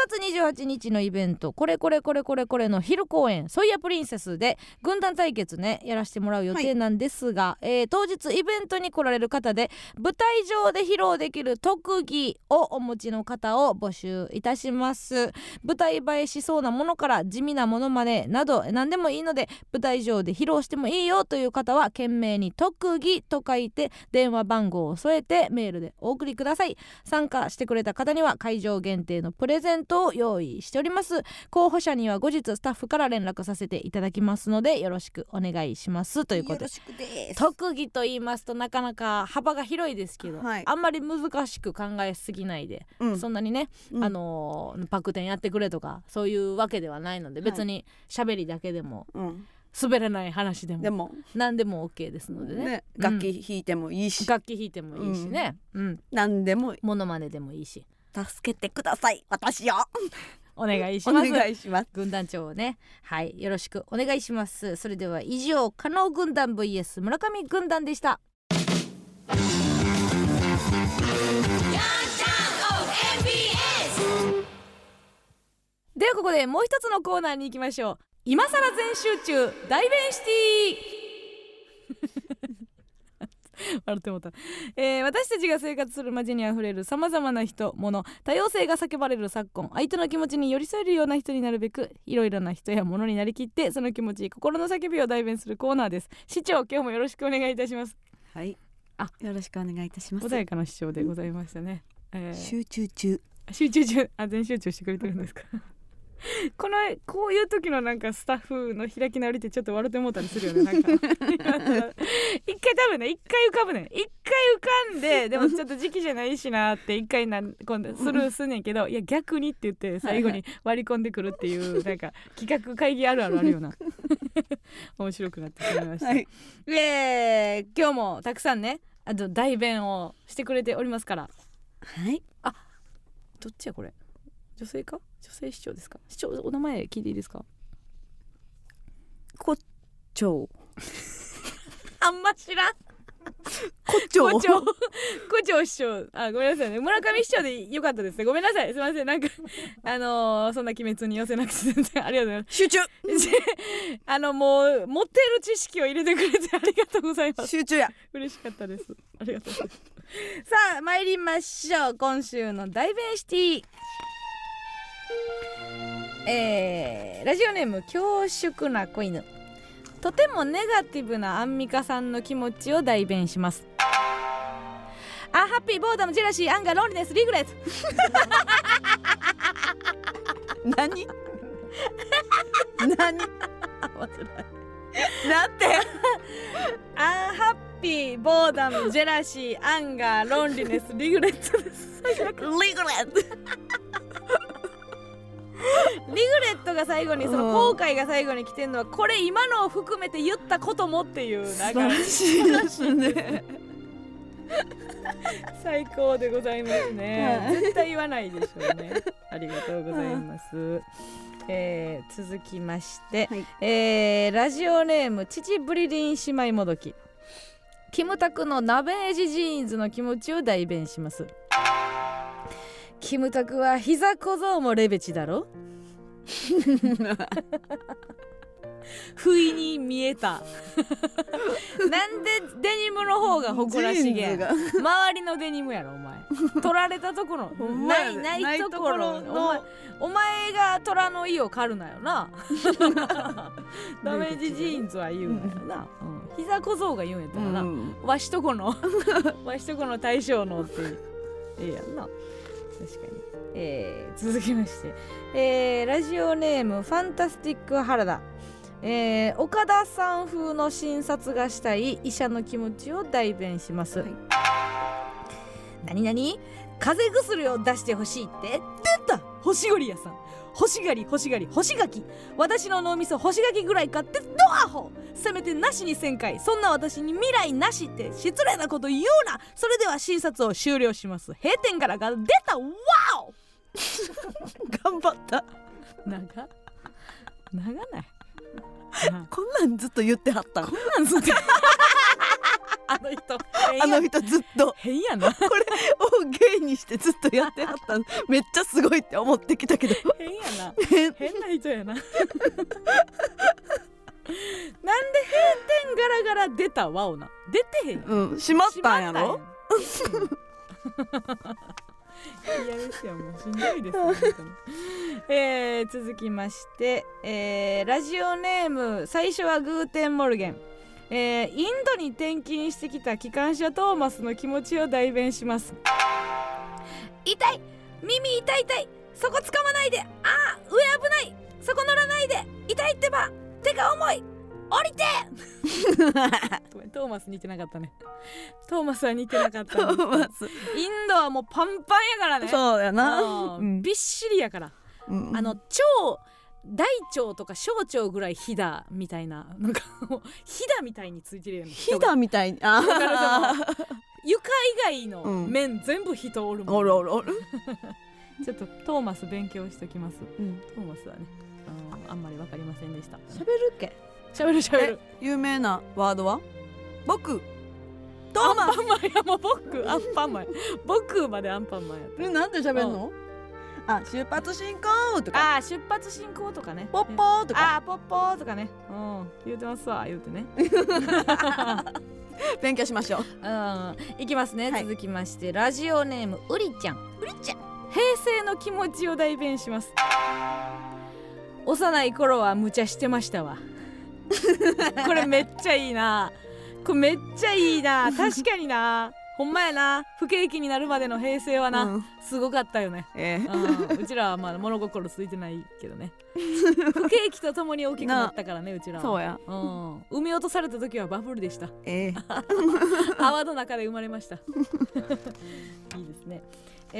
28日のイベント「これこれこれこれこれ」の昼公演「ソイヤプリンセス」で軍団対決ねやらせてもらう予定なんですが、えー当日イベントに来られる方で舞台上で披露できる特技をお持ちの方を募集いたします舞台映えしそうなものから地味なものまでなど何でもいいので舞台上で披露してもいいよという方は懸命に「特技」と書いて電話番号を添えてメールでお送りください参加してくれた方には会場限定のプレゼントを用意しております候補者には後日スタッフから連絡させていただきますのでよろしくお願いしますということで
しくです
特技と言いますとなかなか幅が広いですけど、
はい
あんまり難しく考えすぎないで、
うん
そんなにね、
うん
あのーバク転やってくれとかそういうわけではないので
はい
別に喋りだけでも
うん、
滑らない話でも
でも、
何でも OK ですのでね
ね、
う
楽
ん
器弾いてもいいし、
楽器弾いてもいいしね、うん、
何でも
モノマネでもいいし
助けてください。私を
お願いし
お
ます。
願いします。
軍団長をねはいよろしくお願いしますそれでは以上加納軍団 vs 村上軍団でしたではここでもう一つのコーナーに行きましょう今更全集中大弁シティ 笑ってもうた、えー私たちが生活する街にあふれるさまざまな人物多様性が叫ばれる昨今相手の気持ちに寄り添えるような人になるべくいろいろな人や物になりきってその気持ち心の叫びを代弁するコーナーです市長今日もよろしくお願いいたします
はい。
あ、
よろしくお願いいたします
穏。やかな市長でございましたね、えー
集中中。
集中中あ全集中してくれてるんですか このこういう時のなんかスタッフの開き直りってちょっと笑ってもうたりするよね なんか一回多分ね一回浮かぶねん一回浮かん ででもちょっと時期じゃないしなって一回なん今度スルーすんねんけど いや逆にって言って最後に割り込んでくるっていうなんか企画会議あるあるあるよ な面白くなってしまいました、
はい。
えー今日もたくさんねあと代弁をしてくれておりますから
はい。
どっちやこれ女性か女性市長ですか市長お名前聞いていいですか
こっちょう。
あんま知らん
胡蝶
胡 蝶胡蝶師匠あごめんなさいね村上師匠でよかったですねごめんなさいすいませんなんかあのーそんな鬼滅に寄せなくて全然ありがとうございます
集中
あのもう持ってる知識を入れてくれてありがとうございます
集中や
嬉しかったですありがとうございますさあ参りましょう今週のダイベンシティえーラジオネーム恐縮な子犬とてもネガティブなアンミカさんの気持ちを代弁しますあハッピーボーダムジェラシーアンガーロンリネスリグレッツ
何 何なんて
アンハッピーボーダムジェラシーアンガーロンリネスリグレットですリグレットリグレットが最後にその後悔が最後に来てるのはこれ今のを含めて言ったこともっていう
素
な
晴
んから
しいですね
最高でございますね
はい
絶対言わないでしょうね ありがとうございますえー続きまして、
はい
えーラジオネーム父ブリリン姉妹もどきキムタクの鍋エジジーンズの気持ちを代弁しますキムタクは膝小僧もレベチだろ 不意に見えた なんでデニムの方が誇らしげや
ジーンズが
周りのデニムやろお前取られたところ
ほんま
な
や
い
で
ないところ
ないところ
お前お前が虎の意を狩るなよ なダメージジーンズは言うなよな、うん膝小僧が言うんやったらな、
うん
わしとこの わしとこの大将のってええやんな確かに、えー続きまして、えーラジオネームファンタスティック原田、えー岡田さん風の診察がしたい医者の気持ちを代弁します、
はい
何々風邪薬を出してほしいって出た星ゴリ屋さん欲しがり欲しがり欲しがき私の脳みそ欲しがきぐらいかってドアホせめてなしにせんかいそんな私に未来なしって失礼なこと言うなそれでは診察を終了します閉店からが出たわお
頑張った
長長ない
こんなんずっと言ってはったん
なんすかあの人
あ
変や
の人ずっと
変やな
これを芸にしてずっとやってはったんめっちゃすごいって思ってきた けど
変やな
変
変な人やななんで閉店ガラガラ出たわおな出てへんやん
うん閉まったんやろ
しまったんや嫌ですよもうしんどいですよ本当に えー続きまして、えーラジオネーム最初はグーテンモルゲン、えーインドに転勤してきた機関車トーマスの気持ちを代弁します痛い耳痛い痛いそこ掴まないでああ上危ないそこ乗らないで痛いってば手が重い降りて ごめんトーマス似てなかったねトーマスは似てなかったんです
まず
インドはもうパンパンやから ね
そうやな
あー
うん
びっしりやから、
うん
あの腸大腸とか小腸ぐらいひだみたいななんかもうひだみたいについてるやん
ひ
人が
だみたいにあ
だ
ー
床以外の
うん
面、全部人おるもん
おるおるおる
ちょっとトーマス勉強しときます
うん
トーマスはねあのあんまりわかりませんでした
喋るっけ
しゃべるしゃべる
有名なワードは僕トー
ア
マ
ンパンマンやもう僕アンパンマンや僕までアンパンマンやっ
えなんて喋るのあ出発進行とか
たあー出発進行とかね
ポッポーとか
ああーポッポーとかね、うん、言うてますわ言う てね
勉強しましょう
うんいきますね、
はい
続きましてラジオネームうりちゃんうり
ちゃ
ん平成の気持ちを代弁します幼い頃は無茶してましたわこれめっちゃいいなこれめっちゃいいな確かになほんまやな不景気になるまでの平成はな、
うん
すごかったよね
ええ
うんうちらはまだ物心ついてないけどね不景気とともに大きくなったからねうちらは
そうや
うん、産み落とされた時はバブルでした。
ええ
泡の中で生まれました。 いいですね。え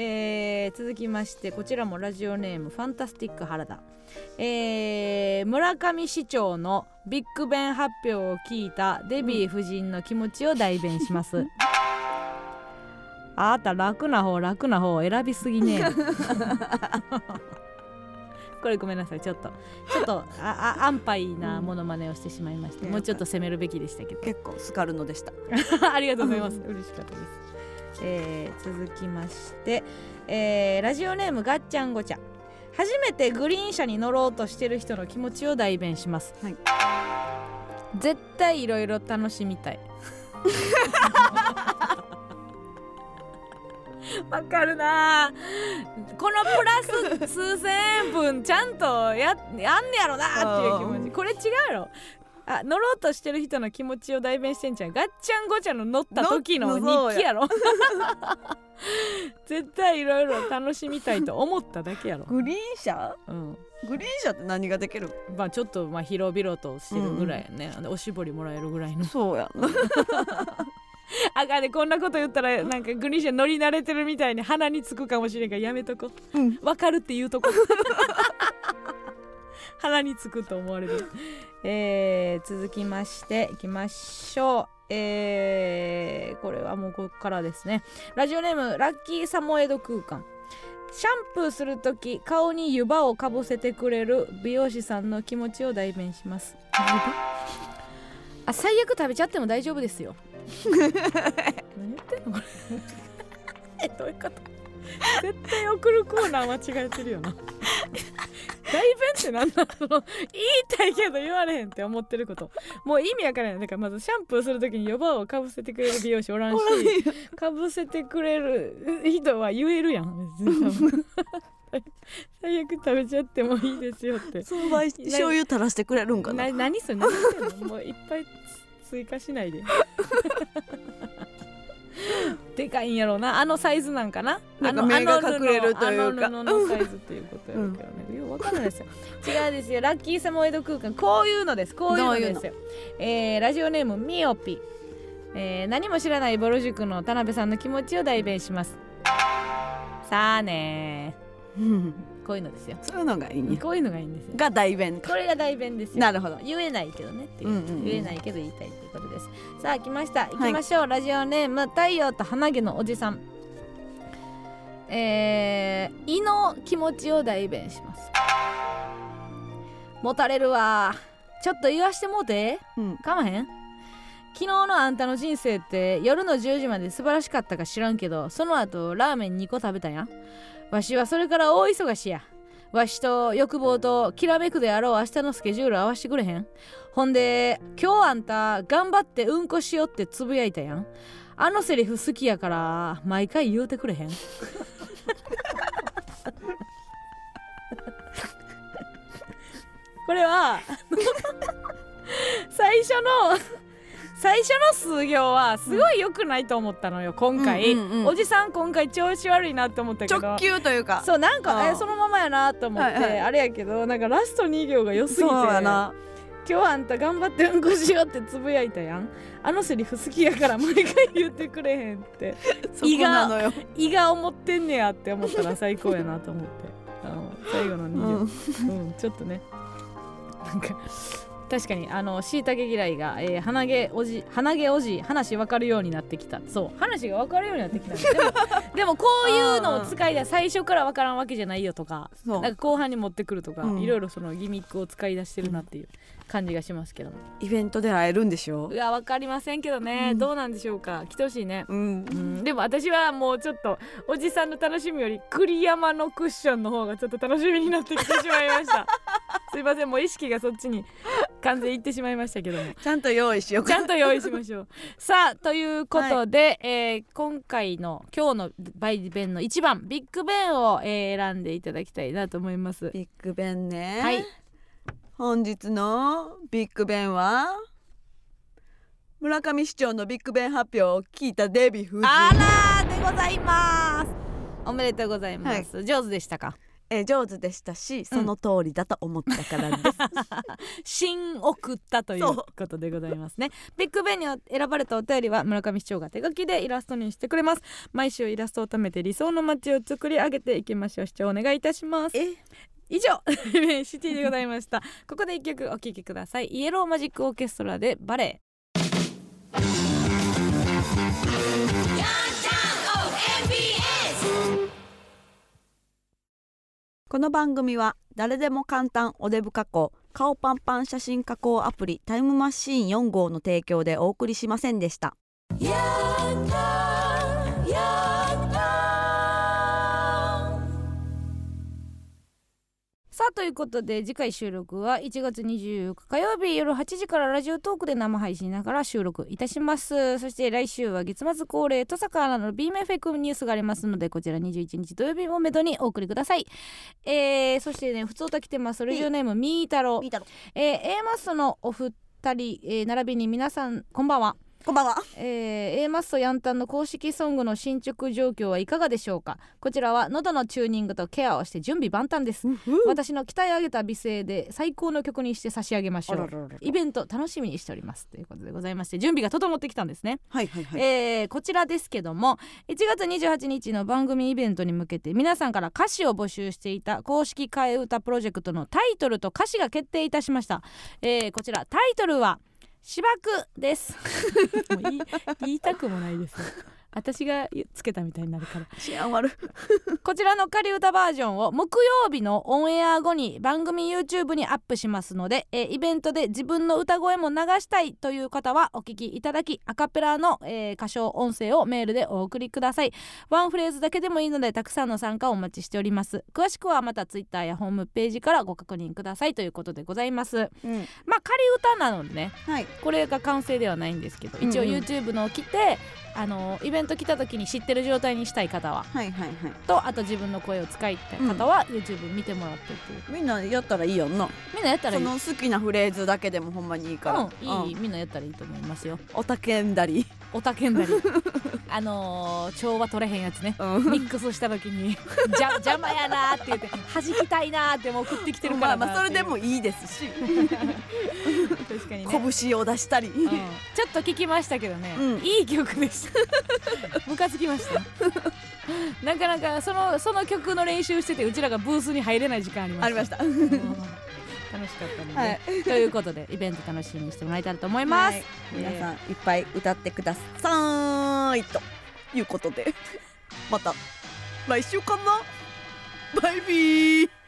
ー続きましてこちらもラジオネームファンタスティック原田、えー村上市長のビッグベン発表を聞いたデビー夫人の気持ちを代弁します、 あなた楽な方楽な方を選びすぎねこれごめんなさいちょっとちょっとああ安牌なモノマネをしてしまいました、
うん
もうちょっと攻めるべきでしたけど
結構スカルノでした
ありがとうございます嬉しかったですえー続きまして、えーラジオネームがっちゃんごちゃん初めてグリーン車に乗ろうとしてる人の気持ちを代弁します、
はい
絶対いろいろ楽しみたい わかるなあこのプラス数千円分ちゃんとややんねやろなっていう気持ちこれ違うよあ乗ろうとしてる人の気持ちを代弁してんじゃんガッチャンゴチャンの乗った時の
の
日記やろ 絶対いろいろ楽しみたいと思っただけやろ、
グリーン車
うん、
グリーン車って何ができる
まあちょっとまあ広々としてるぐらいやね、あのおしぼりもらえるぐらいの
そうやな
あかんねこんなこと言ったらなんかグリーン車乗り慣れてるみたいに鼻につくかもしれんからやめとこ
うん
わかるっていうとこ 腹につくと思われる、えー続きましていきましょうえーこれはもうここからですねラジオネームラッキーサモエド空間シャンプーするとき顔に湯葉をかぶせてくれる美容師さんの気持ちを代弁しますあ最悪食べちゃっても大丈夫 ですよ何言ってんのこれ えどういうこと絶対送るコーナー間違えてるよな 代弁ってなんなの言いたいけど言われへんって思ってることもう意味わからないだからまずシャンプーするときに予防をかぶせてくれる美容師おらんしかぶせてくれる 人は言えるやん別に 最悪食べちゃってもいいですよって
相場醤油垂らしてくれるんかな
な何それ 何言ってんのもういっぱいつ追加しないで でかいんやろうなあのサイズなんかな
なんか
あの
目が
あの布
隠れるというか
あの布のサイズっていうことやろうけどね、よう分からないですよ違うですよラッキーサモエド空間こういうのですこういうのですよえーラジオネームミオピえー何も知らないぼる塾の田辺さんの気持ちを代弁しますさあね
うん
ーこういうのですよ
そういうのがいいんや
こういうのがいいんですよ
が代弁か
これが代弁ですよ
なるほど
言えないけどねっていう,、
うんうんうん
言えないけど言いたいということですさあ来ました行きましょう、ラジオネーム太陽と花毛のおじさんえー、胃の気持ちを代弁しますもたれるわちょっと言わしてもうて
うん
かまへん昨日のあんたの人生って夜の10時まで素晴らしかったか知らんけどその後ラーメン2個食べたやんわしはそれから大忙しやわしと欲望ときらめくであろう明日のスケジュール合わしてくれへんほんで今日あんた頑張ってうんこしようってつぶやいたやんあのセリフ好きやから毎回言うてくれへん これは 最初の最初の数行はすごい良くないと思ったのよ、今回、
うんうんうんうん
おじさん今回調子悪いなって思ったけど
直球というか
そうなん
あ
か
ー
えそのままやなと思って、
はいはい
あれやけどなんかラスト2行が良すぎて
そうやな
今日あんた頑張ってうんこしようってつぶやいたやんあのセリフ好きやから毎回言ってくれへんって
そこなのよ
胃が思ってんねやって思ったら最高やなと思ってあの最後の2行、うん、ちょっとねなんか確かにあのしいたけ嫌いが、えー鼻毛おじ鼻毛おじ話分かるようになってきたそう話が分かるようになってきたんだでもでもこういうのを使いだ最初から分からんわけじゃないよとか
そう
なんか後半に持ってくるとか、
うん
いろいろそのギミックを使い出してるなっていう感じがしますけども
イベントで会えるんでしょ
いや分かりませんけどね、どうなんでしょうか来てほしいね
うん
うん、でも私はもうちょっとおじさんの楽しみより栗山のクッションの方がちょっと楽しみになってきてしまいました すいませんもう意識がそっちに完全にいってしまいましたけ ども
ちゃんと用意しよう
ち
か
ゃんと用意しましょうさあということで、えー今回の今日のバイベンの1番ビッグベンを、えー選んでいただきたいなと思います
ビッグベンね
はい
本日のビッグベンは村上市長のビッグベン発表を聞いたデヴィ夫人
あらーでございますおめでとうございます、上手でしたか
えー上手でしたしその通りだと思ったからです、
新送ったという
そう
ことでございますねビッグベンに選ばれたお便りは村上市長が手書きでイラストにしてくれます毎週イラストを貯めて理想の街を作り上げていきましょう市長お願いいたします
え
以上 リベンシティでございましたここで一曲お聴きくださいイエローマジックオーケストラでバレエ
この番組は誰でも簡単おデブ加工顔パンパン写真加工アプリタイムマシーン4号の提供でお送りしませんでした
さあということで次回収録は1月24日火曜日夜8時からラジオトークで生配信ながら収録いたしますそして来週は月末恒例登坂アナの BMFX ニュースがありますのでこちら21日土曜日もめどにお送りくださいえー、そしてね普通歌来てますラジオネームみーたろう
たろ
えー、A マスのお二人、えー、並びに皆さんこんばんは
こんばんは
えー、A マッソヤンタンの公式ソングの進捗状況はいかがでしょうかこちらは喉のチューニングとケアをして準備万端です私の鍛え上げた美声で最高の曲にして差し上げましょうイベント楽しみにしておりますということでございまして準備が整ってきたんですね
はいはいはい、
えーこちらですけども1月28日の番組イベントに向けて皆さんから歌詞を募集していた公式替え歌プロジェクトのタイトルと歌詞が決定いたしました、えーこちらタイトルは「芝生」です もう言い言いたくもないです 私がつけたみたいになるから
治安悪
こちらの仮歌バージョンを木曜日のオンエア後に番組 YouTube にアップしますので、えーイベントで自分の歌声も流したいという方はお聞きいただきアカペラの、えー歌唱音声をメールでお送りくださいワンフレーズだけでもいいのでたくさんの参加をお待ちしております詳しくはまた Twitter やホームページからご確認くださいということでございます
うん
まあ仮歌なのでね
はい
これが完成ではないんですけど一応
うんうん
YouTube のを来て、あのイベント来た時に知ってる状態にしたい方は
はいはいはい
とあと自分の声を使いたい方は YouTube 見てもらってっていう、
みんなやったらいいよな
みんなやったらい
その
い
好きなフレーズだけでもほんまにいいから、
うん、いい、
うん
みんなやったらいいと思いますよ
おたけんだり
おた けんだりあのー、調和取れへんやつね
うん
ミックスした時に「じゃ邪魔やな」って言って「弾きたいな」ってもう送ってきてるか
ま
ら
あまあそれで
い
もいいですし
う確かにね、
拳を出したり、
うんちょっと聞きましたけどね、
うん
いい曲でしたムカつきました なかなかそのその曲の練習しててうちらがブースに入れない時間ありました
ありました
うん楽しかったので、
はい
ということでイベント楽しみにしてもらえたらと思います、
はい皆さんいっぱい歌ってくださいということでまた来週かなバイビー